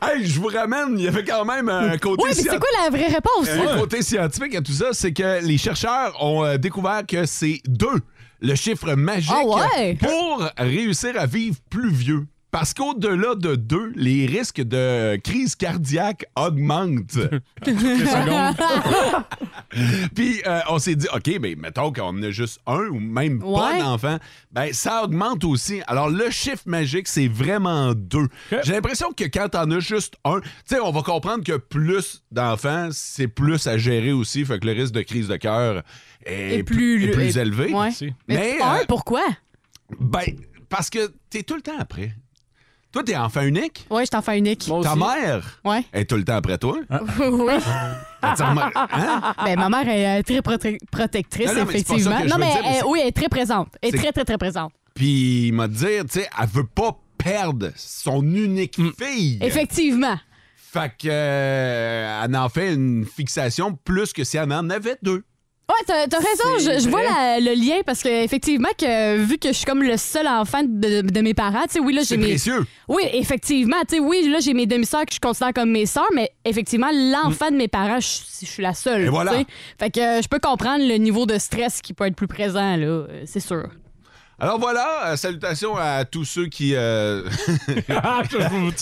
Speaker 3: hey, je vous ramène, il y avait quand même un côté
Speaker 5: Oui, mais c'est
Speaker 3: scien-
Speaker 5: quoi la vraie réponse?
Speaker 3: Euh, Le côté scientifique à tout ça, c'est que les chercheurs ont euh, découvert que c'est deux, le chiffre magique
Speaker 5: Ah ouais?
Speaker 3: pour réussir à vivre plus vieux. Parce qu'au-delà de deux, les risques de crise cardiaque augmentent. Puis euh, on s'est dit, OK, ben, mettons qu'on en a juste un ou même pas
Speaker 12: Ouais.
Speaker 3: d'enfant, ben, ça augmente aussi. Alors le chiffre magique, c'est vraiment deux. J'ai l'impression que quand t'en as juste un, tu sais, on va comprendre que plus d'enfants, c'est plus à gérer aussi, fait que le risque de crise de cœur est,
Speaker 5: Et plus,
Speaker 3: est
Speaker 5: le-
Speaker 3: plus
Speaker 5: et-
Speaker 3: élevé.
Speaker 5: ouais. Mais, un,
Speaker 3: euh,
Speaker 5: pourquoi?
Speaker 3: ben, parce que t'es tout le temps après. Toi, t'es enfant unique.
Speaker 5: Ouais, je t'en fais unique.
Speaker 3: Ta mère
Speaker 5: Ouais.
Speaker 3: est tout le temps après toi.
Speaker 5: Ah. oui.
Speaker 3: T'as-tu remar- Hein?
Speaker 5: Ben, ma mère elle est très prote- protectrice,
Speaker 3: Non, non, mais c'est pas ça que
Speaker 5: effectivement.
Speaker 3: je
Speaker 5: non,
Speaker 3: veux
Speaker 5: mais,
Speaker 3: dire, mais
Speaker 5: elle-
Speaker 3: c'est-
Speaker 5: oui, elle est très présente. Elle est
Speaker 3: C'est-
Speaker 5: très, très, très présente.
Speaker 3: Puis il m'a dit, tu sais, elle veut pas perdre son unique
Speaker 4: Mm.
Speaker 3: fille.
Speaker 5: Effectivement.
Speaker 3: Fait que euh, elle en fait une fixation plus que si elle en avait deux.
Speaker 5: Ouais, t'as t'as raison.
Speaker 3: C'est
Speaker 5: Je, je vois
Speaker 3: vrai.
Speaker 5: la- le lien parce que effectivement que vu que je suis comme le seul enfant de, de mes parents, tu sais, oui là j'ai
Speaker 3: C'est
Speaker 5: mes.
Speaker 3: précieux.
Speaker 5: Oui, effectivement, tu sais, oui là j'ai mes demi-sœurs que je considère comme mes sœurs, mais effectivement l'enfant de mes parents, je je suis la seule.
Speaker 3: Mm. Et voilà.
Speaker 5: tu sais. Fait que euh, je peux comprendre le niveau de stress qui peut être plus présent là, euh, c'est sûr.
Speaker 3: Alors voilà, euh, salutations à tous ceux qui. euh,
Speaker 4: Ah, tu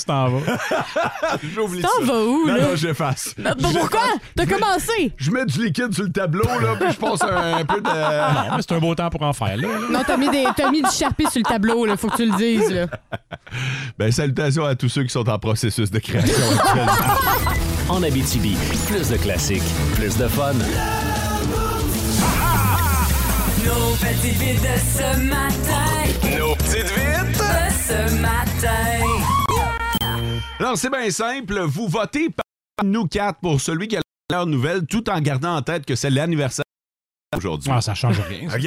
Speaker 4: t'en vas.
Speaker 3: J'oublie
Speaker 5: T'en
Speaker 3: ça.
Speaker 5: vas où,
Speaker 3: Non,
Speaker 5: là?
Speaker 3: non, j'efface.
Speaker 5: Bah, bah, pourquoi? T'as commencé!
Speaker 3: Je mets du liquide sur le tableau, là, puis je passe un, peu de.
Speaker 4: Ah Non, mais c'est un beau temps pour en faire, là. là.
Speaker 5: Non, t'as mis, des- t'as mis du charpie sur le tableau, là, faut que tu le dises. Là.
Speaker 3: Ben, salutations à tous ceux qui sont en processus de création.
Speaker 2: En Abitibi, plus de classiques, plus de fun.
Speaker 12: Nos petites vites de ce matin. Nos petites vites de ce matin.
Speaker 3: Alors, c'est bien simple. Vous votez par nous quatre pour celui qui a la meilleure nouvelle, tout en gardant en tête que c'est l'anniversaire aujourd'hui.
Speaker 4: Ah, ça change rien.
Speaker 3: OK?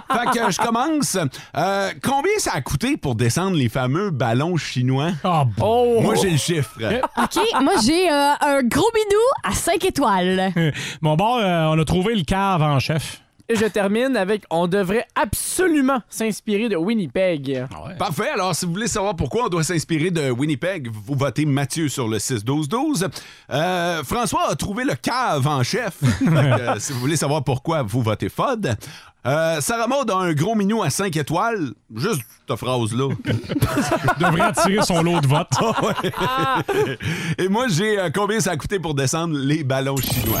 Speaker 3: fait que je commence. Euh, combien ça a coûté pour descendre les fameux ballons chinois?
Speaker 4: Ah,
Speaker 3: Moi, j'ai le chiffre.
Speaker 5: Euh,
Speaker 4: Eh,
Speaker 5: OK, moi j'ai euh, un gros bidou Ah, à 5 étoiles.
Speaker 4: Mon bord, euh, on a trouvé le cave en chef.
Speaker 6: Et je termine avec on devrait absolument s'inspirer de Winnipeg.
Speaker 4: Ah,
Speaker 3: Parfait. Alors, si vous voulez savoir pourquoi on doit s'inspirer de Winnipeg, vous votez Mathieu sur le 6-12-12. Euh, François a trouvé le cave en chef. Fait que, euh, si vous voulez savoir pourquoi, vous votez Fod. Euh, Sarah Maud a un gros minou à 5 étoiles. Juste cette phrase-là.
Speaker 4: devrait attirer son lot de votes.
Speaker 3: Ah ouais. Et moi, j'ai euh, combien ça a coûté pour descendre les ballons chinois?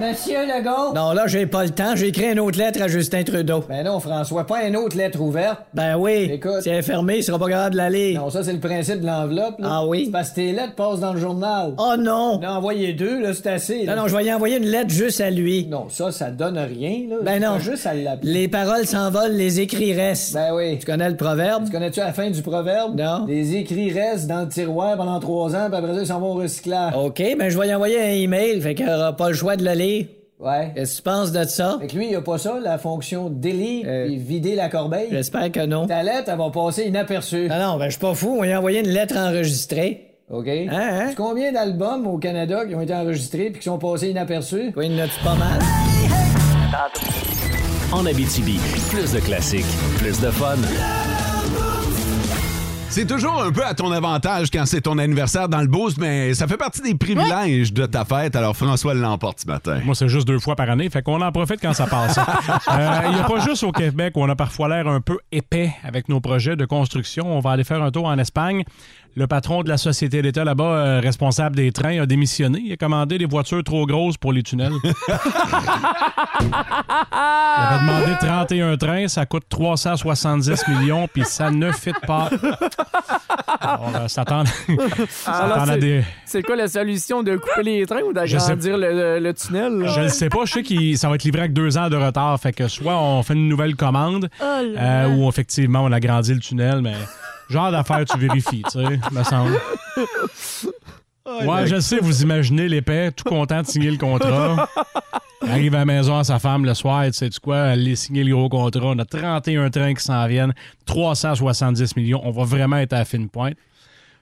Speaker 9: Monsieur Legault. Non, là, j'ai pas le temps. J'ai écrit une autre lettre à Justin Trudeau. Ben non, François, pas une autre lettre ouverte. Ben oui. Écoute. Si elle est fermée, il sera pas capable de la lire. Non, ça, c'est le principe de l'enveloppe. Ah oui? C'est parce que tes lettres passent dans le journal. Oh non! On a envoyé deux, là, c'est assez.
Speaker 13: Non, non, je
Speaker 9: vais
Speaker 13: voyais envoyer une lettre juste à lui.
Speaker 9: Non, ça, ça donne rien, là.
Speaker 13: Ben non.
Speaker 9: T'as Juste à l'appeler.
Speaker 13: Les paroles s'envolent, les écrits restent.
Speaker 9: Ben oui.
Speaker 13: Tu connais le proverbe?
Speaker 9: Tu connais-tu la fin du proverbe? Non. Les écrits restent dans le tiroir pendant trois ans, puis après ça, ils s'en vont au recyclage.
Speaker 13: OK, ben je vais y envoyer un email, fait qu'il aura pas le choix de le lire.
Speaker 9: Ouais.
Speaker 13: Qu'est-ce que tu penses de ça? Euh,
Speaker 9: Fait que lui, il a pas ça, la fonction délire puis vider la corbeille.
Speaker 13: J'espère que non.
Speaker 9: Ta lettre, elle va passer inaperçue.
Speaker 13: Non, non, ben je suis pas fou, on y a envoyé une lettre enregistrée. Hein,
Speaker 9: OK? C'est Combien d'albums au Canada qui ont été enregistrés puis qui sont passés inaperçus?
Speaker 13: Oui, il y en a-tu pas mal?
Speaker 2: En Abitibi, plus de classiques, plus de fun.
Speaker 3: C'est toujours un peu à ton avantage quand c'est ton anniversaire dans le boost, mais ça fait partie des privilèges de ta fête. Alors, François l'emporte ce matin.
Speaker 4: Moi, c'est juste deux fois par année, fait qu'on en profite quand ça passe. Euh, Il n'y a pas juste au Québec où on a parfois l'air un peu épais avec nos projets de construction. On va aller faire un tour en Espagne. Le patron de la société d'État là-bas, euh, responsable des trains, a démissionné. Il a commandé des voitures trop grosses pour les tunnels. Il avait demandé 31 trains, ça coûte 370 millions, puis ça ne fit pas. euh, On va s'attendre
Speaker 6: Alors,
Speaker 4: s'attendre à
Speaker 6: c'est-
Speaker 4: des...
Speaker 6: C'est quoi la solution de couper les trains ou
Speaker 4: Je sais-
Speaker 6: d'agrandir le, le tunnel? là?
Speaker 4: Je ne sais pas. Je sais que ça va être livré avec deux ans de retard. Fait que soit on fait une nouvelle commande
Speaker 6: Oh là
Speaker 4: euh,
Speaker 6: là.
Speaker 4: ou effectivement on agrandit le tunnel, mais genre d'affaires, tu vérifies, tu sais, me semble. Ouais, je sais, vous imaginez l'épais, tout content de signer le contrat. Il Arrive à la maison à sa femme le soir, tu sais quoi, elle est signer le gros contrat. On a 31 trains qui s'en viennent, 370 millions. On va vraiment être à la fine pointe.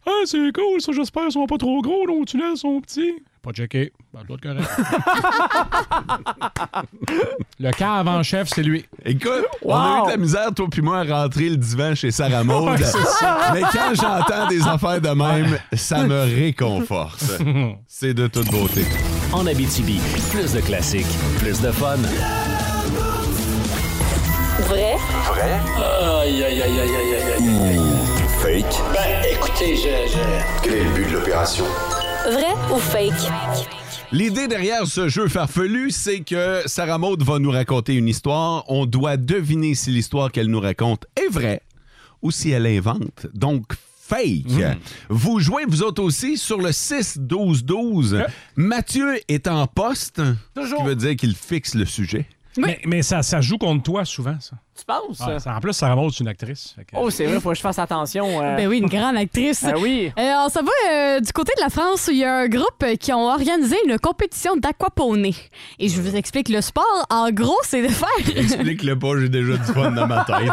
Speaker 4: Ah, c'est cool, ça, j'espère qu'ils sont pas trop gros, nos tunnels sont petits. Pas checké. Ben, doit être correct. Le cas avant chef, c'est lui.
Speaker 3: Écoute, on a eu de la misère, toi puis moi, à rentrer le divan chez Sarah Maud.
Speaker 4: Ouais, c'est ça.
Speaker 3: Mais quand j'entends des affaires de même, ça me réconforte. C'est de toute beauté.
Speaker 2: En Abitibi, plus de classiques, plus de fun.
Speaker 12: Vrai? Vrai? Aïe, aïe, aïe, aïe, aïe, aïe, aïe.
Speaker 14: Mmh. Fake.
Speaker 12: Ben, écoutez, je.
Speaker 14: Quel est le but de l'opération?
Speaker 12: Vrai ou fake?
Speaker 3: L'idée derrière ce jeu farfelu, c'est que Sarah Maud va nous raconter une histoire. On doit deviner si l'histoire qu'elle nous raconte est vraie ou si elle invente. Donc, fake.
Speaker 4: Mhm.
Speaker 3: Vous jouez, vous autres aussi, sur le 6-12-12.
Speaker 4: Euh.
Speaker 3: Mathieu est en poste, ce qui veut dire qu'il fixe le sujet.
Speaker 4: Mais, mais ça, ça joue contre toi souvent, ça.
Speaker 6: Tu penses?
Speaker 4: Ouais, ça- en plus, Sarah Maud, Ah, c'est une actrice. Fait que-
Speaker 6: Oh, c'est vrai, faut que je fasse attention. euh.
Speaker 5: Ben oui, une grande actrice.
Speaker 6: Ah oui.
Speaker 5: Euh, on s'en va euh, du côté de la France où il y a un groupe euh, qui ont organisé une compétition d'aquaponie. Et je vous explique le sport. En gros, c'est de faire.
Speaker 3: Explique-le pas, j'ai déjà du fun dans ma tête.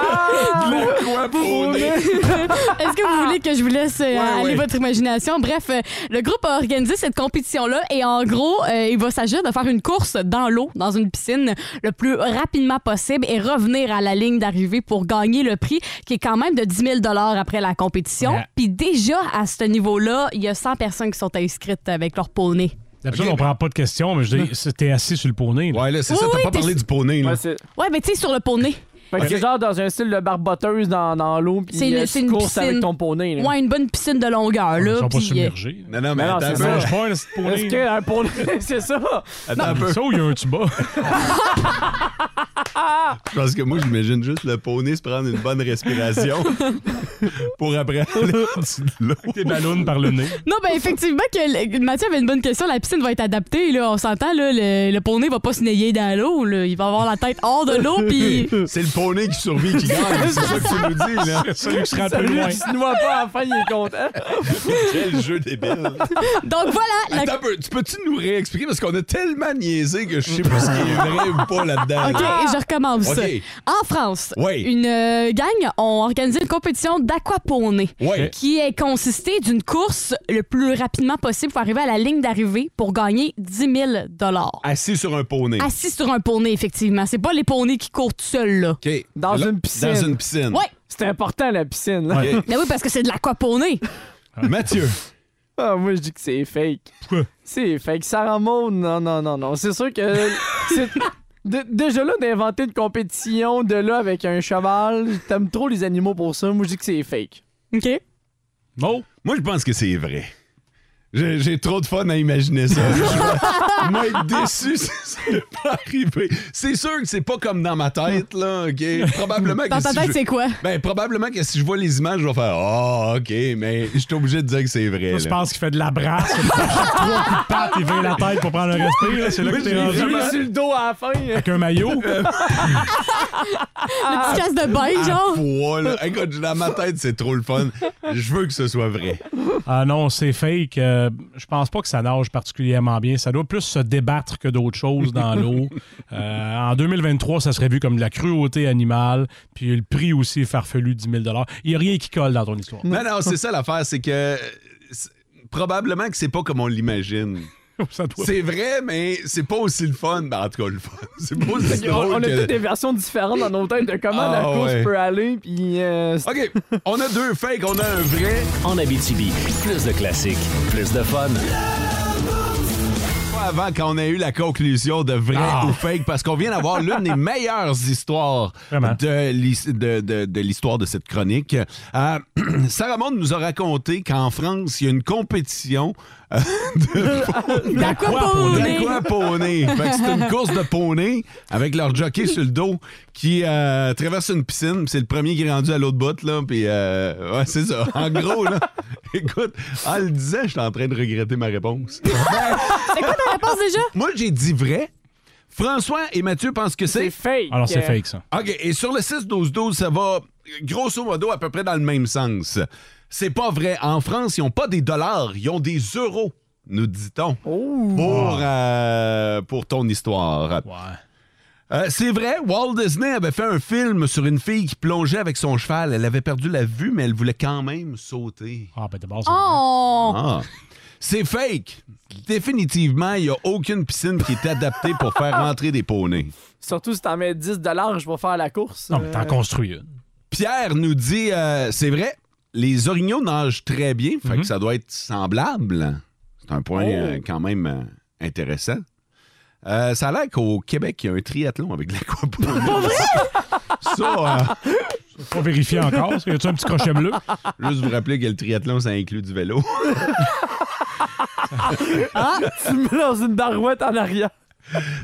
Speaker 5: Ah Est-ce que vous voulez que je vous laisse euh, aller votre imagination? Bref, euh, le groupe a organisé cette compétition-là et en gros, euh, il va s'agir de faire une course dans l'eau, dans une piscine, le plus rapidement possible et revenir à la ligne d'arrivée pour gagner le prix qui est quand même de 10 000 après la compétition.
Speaker 4: Ouais.
Speaker 5: Puis déjà, à ce niveau-là, il y a 100 personnes qui sont inscrites avec leur poney.
Speaker 4: D'habitude, on prend pas de questions, mais je dis, c'est- t'es assis sur le poney.
Speaker 3: Ouais, là,
Speaker 5: c'est ça, Oui, t'as oui, pas t'es- parlé du
Speaker 3: poney.
Speaker 6: Ouais, c'est
Speaker 5: Ouais, mais tu sais, sur le poney.
Speaker 6: fait que c'est genre dans un style de barboteuse dans, dans l'eau, puis
Speaker 5: C'est une-
Speaker 6: euh,
Speaker 5: c'est
Speaker 6: tu
Speaker 5: une
Speaker 6: courses
Speaker 5: piscine.
Speaker 6: avec ton poney. là.
Speaker 5: Ouais, une bonne piscine de longueur, là.
Speaker 6: Ah, Ils sont pas
Speaker 5: puis, euh,
Speaker 6: submergés.
Speaker 3: Non, non, mais
Speaker 6: non,
Speaker 3: attends
Speaker 6: c'est
Speaker 3: un peu.
Speaker 6: ça.
Speaker 3: Je
Speaker 4: pense que c'est poney.
Speaker 6: Est-ce qu'un poney, c'est ça?
Speaker 3: Attends un peu.
Speaker 4: Ça, ou il y a un tuba?
Speaker 3: Je pense que moi, j'imagine juste le poney se prendre une bonne respiration pour après aller au-dessus de l'eau. Tes
Speaker 4: ballons par le nez.
Speaker 5: Non, ben effectivement que le- Mathieu avait une bonne question. La piscine va être adaptée, là. On s'entend, là. Le, le poney va pas se nayer dans l'eau, là. Il va avoir la tête hors de l'eau, puis.
Speaker 3: C'est le poney qui survit, qui gagne. C'est ça que tu nous dis, là.
Speaker 4: C'est celui qui se rend
Speaker 6: Celui qui se noie pas à la fin, il est content.
Speaker 3: Quel jeu débile.
Speaker 5: Donc voilà.
Speaker 3: Attends un peu, tu peux-tu nous réexpliquer? Parce qu'on a tellement niaisé que je sais pas ce qui est vrai ou pas là-dedans.
Speaker 5: OK,
Speaker 3: là.
Speaker 5: je recommence.
Speaker 3: OK.
Speaker 5: En France,
Speaker 3: Oui.
Speaker 5: une euh, gang ont organisé une compétition d'aquaponie
Speaker 3: Oui.
Speaker 5: qui est consistée d'une course le plus rapidement possible pour arriver à la ligne d'arrivée pour gagner 10 000
Speaker 3: Assis sur un poney.
Speaker 5: Assis sur un poney, effectivement. C'est pas les poneys qui courent tout seuls, là.
Speaker 3: OK.
Speaker 6: Dans
Speaker 3: Là-
Speaker 6: une piscine.
Speaker 3: Dans une piscine.
Speaker 5: Ouais.
Speaker 6: C'est important, la piscine. là.
Speaker 3: Ouais.
Speaker 5: Ben oui, parce que c'est de l'aquaponie.
Speaker 3: Mathieu.
Speaker 6: Ah, moi, je dis que c'est fake.
Speaker 4: Pourquoi?
Speaker 6: C'est fake. Sarah Maud, non, non, non, non. C'est sûr que. c'est- De- déjà là, d'inventer une compétition de là avec un cheval, t'aimes trop les animaux pour ça. Moi, je dis que c'est fake.
Speaker 5: OK.
Speaker 4: Bon.
Speaker 3: Moi, je pense que c'est vrai. J'ai j'ai trop de fun à imaginer ça. Je vais- Moi, être déçu, si ça n'est pas arrivé. C'est sûr que c'est pas comme dans ma tête, là, OK? Probablement que
Speaker 5: Dans ta
Speaker 3: si
Speaker 5: tête,
Speaker 3: je-
Speaker 5: c'est quoi?
Speaker 3: Ben, probablement que si je vois les images, je vais faire « Ah, OK, mais je suis obligé de dire que c'est vrai. »
Speaker 4: Je pense qu'il fait de la brasse. il fait trois coups de patte, il vire la tête pour prendre le respire. là. C'est là que
Speaker 3: Moi,
Speaker 4: t'es
Speaker 3: j'ai
Speaker 4: rendu.
Speaker 3: vraiment
Speaker 4: là.
Speaker 6: sur le dos à la fin.
Speaker 4: Avec un maillot.
Speaker 5: Le petit casse de bain, genre.
Speaker 3: Écoute, dans ma tête, c'est trop le fun. Je veux que ce soit vrai.
Speaker 4: Ah non, c'est fake. Euh, je pense pas que ça nage particulièrement bien. Ça doit plus se débattre que d'autres choses dans l'eau. Euh, en 2023, ça serait vu comme de la cruauté animale. Puis le prix aussi est farfelu, 10 000 Il n'y a rien qui colle dans ton histoire.
Speaker 3: Non, non, c'est ça l'affaire, c'est que euh, c'est- probablement que c'est pas comme on l'imagine. C'est vrai, mais c'est pas aussi le fun. Ben, en tout cas, le fun. C'est pas aussi
Speaker 6: On, on
Speaker 3: drôle
Speaker 6: a
Speaker 3: que-
Speaker 6: toutes des versions différentes dans nos têtes de comment
Speaker 3: Ah,
Speaker 6: la course
Speaker 3: ouais.
Speaker 6: peut aller. Puis, euh, c'est-
Speaker 3: OK, on a deux fakes, on a un vrai.
Speaker 2: En Abitibi, plus de classiques, plus de fun.
Speaker 3: Pas Avant qu'on ait eu la conclusion de vrai
Speaker 2: Ah.
Speaker 3: ou fake, parce qu'on vient d'avoir l'une des meilleures histoires de l'his- de, de- de l'histoire de cette chronique. Euh, Sarah Monde nous a raconté qu'en France, il y a une compétition euh, de
Speaker 12: D'aquaponey.
Speaker 3: D'aquaponey. Fait que C'est une course de poney avec leur jockey sur le dos qui euh, traverse une piscine. C'est le premier qui est rendu à l'autre bout. Là, puis, euh, ouais, c'est ça. En gros, là, écoute, en le disant, je suis en train de regretter ma réponse.
Speaker 5: C'est quoi ta réponse déjà?
Speaker 3: Moi, j'ai dit vrai. François et Mathieu pensent que c'est.
Speaker 6: fake.
Speaker 4: Alors, c'est fake, ça.
Speaker 3: OK. Et sur le 6-12-12, ça va grosso modo à peu près dans le même sens. C'est pas vrai. En France, ils n'ont pas des dollars, ils ont des euros, nous dit-on, pour, euh, pour ton histoire. Euh, c'est vrai, Walt Disney avait fait un film sur une fille qui plongeait avec son cheval. Elle avait perdu la vue, mais elle voulait quand même sauter.
Speaker 4: Ah, ben d'abord,
Speaker 5: Oh!
Speaker 3: ah. C'est fake. Définitivement, il n'y a aucune piscine qui est adaptée pour faire rentrer des poneys.
Speaker 6: Surtout si t'en mets 10 je vais faire la course.
Speaker 4: Non, mais t'en
Speaker 6: Euh,
Speaker 4: construis une.
Speaker 3: Pierre nous dit euh, c'est vrai, les orignaux nagent très bien, fait que ça doit être semblable. C'est un point euh, quand même euh, Intéressant. Euh, ça a l'air qu'au Québec, il y a un triathlon avec de l'aquaponie. Pas vrai? Ça, euh,
Speaker 4: Faut vérifier encore. Est-ce qu'il y a-tu un petit crochet bleu?
Speaker 3: Juste vous rappeler que le triathlon, ça inclut du vélo.
Speaker 6: Ah, tu me mets dans une barouette en arrière.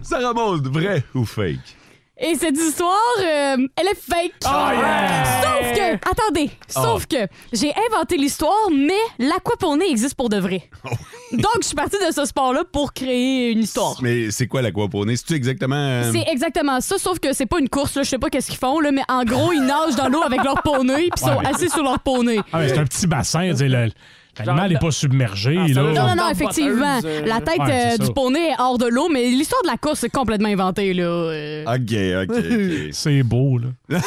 Speaker 3: Ça remonte vrai ou fake?
Speaker 5: Et cette histoire, euh, elle est fake.
Speaker 6: Oh,
Speaker 5: Sauf que, attendez,
Speaker 3: Ah.
Speaker 5: sauf que j'ai inventé l'histoire, mais l'aquaponie existe pour de vrai.
Speaker 3: Oh,
Speaker 5: Donc, je suis partie de ce sport-là pour créer une histoire.
Speaker 3: Mais c'est quoi l'aquaponie? C'est-tu exactement... euh,
Speaker 5: C'est exactement ça, sauf que c'est pas une course, là, je sais pas qu'est-ce qu'ils font, là, mais en gros, ils nagent dans l'eau avec leur poney, puis ils sont
Speaker 4: Ouais, mais-
Speaker 5: assis sur leur poney.
Speaker 4: Ah, mais c'est un petit bassin. je veux dire, le- L'animal n'est pas submergé. là.
Speaker 5: Non, non, non, effectivement. La tête
Speaker 4: Ouais, c'est
Speaker 5: euh,
Speaker 4: ça.
Speaker 5: du poney est hors de l'eau, mais l'histoire de la course est complètement inventée, là. euh.
Speaker 3: OK, OK.
Speaker 4: C'est beau, là.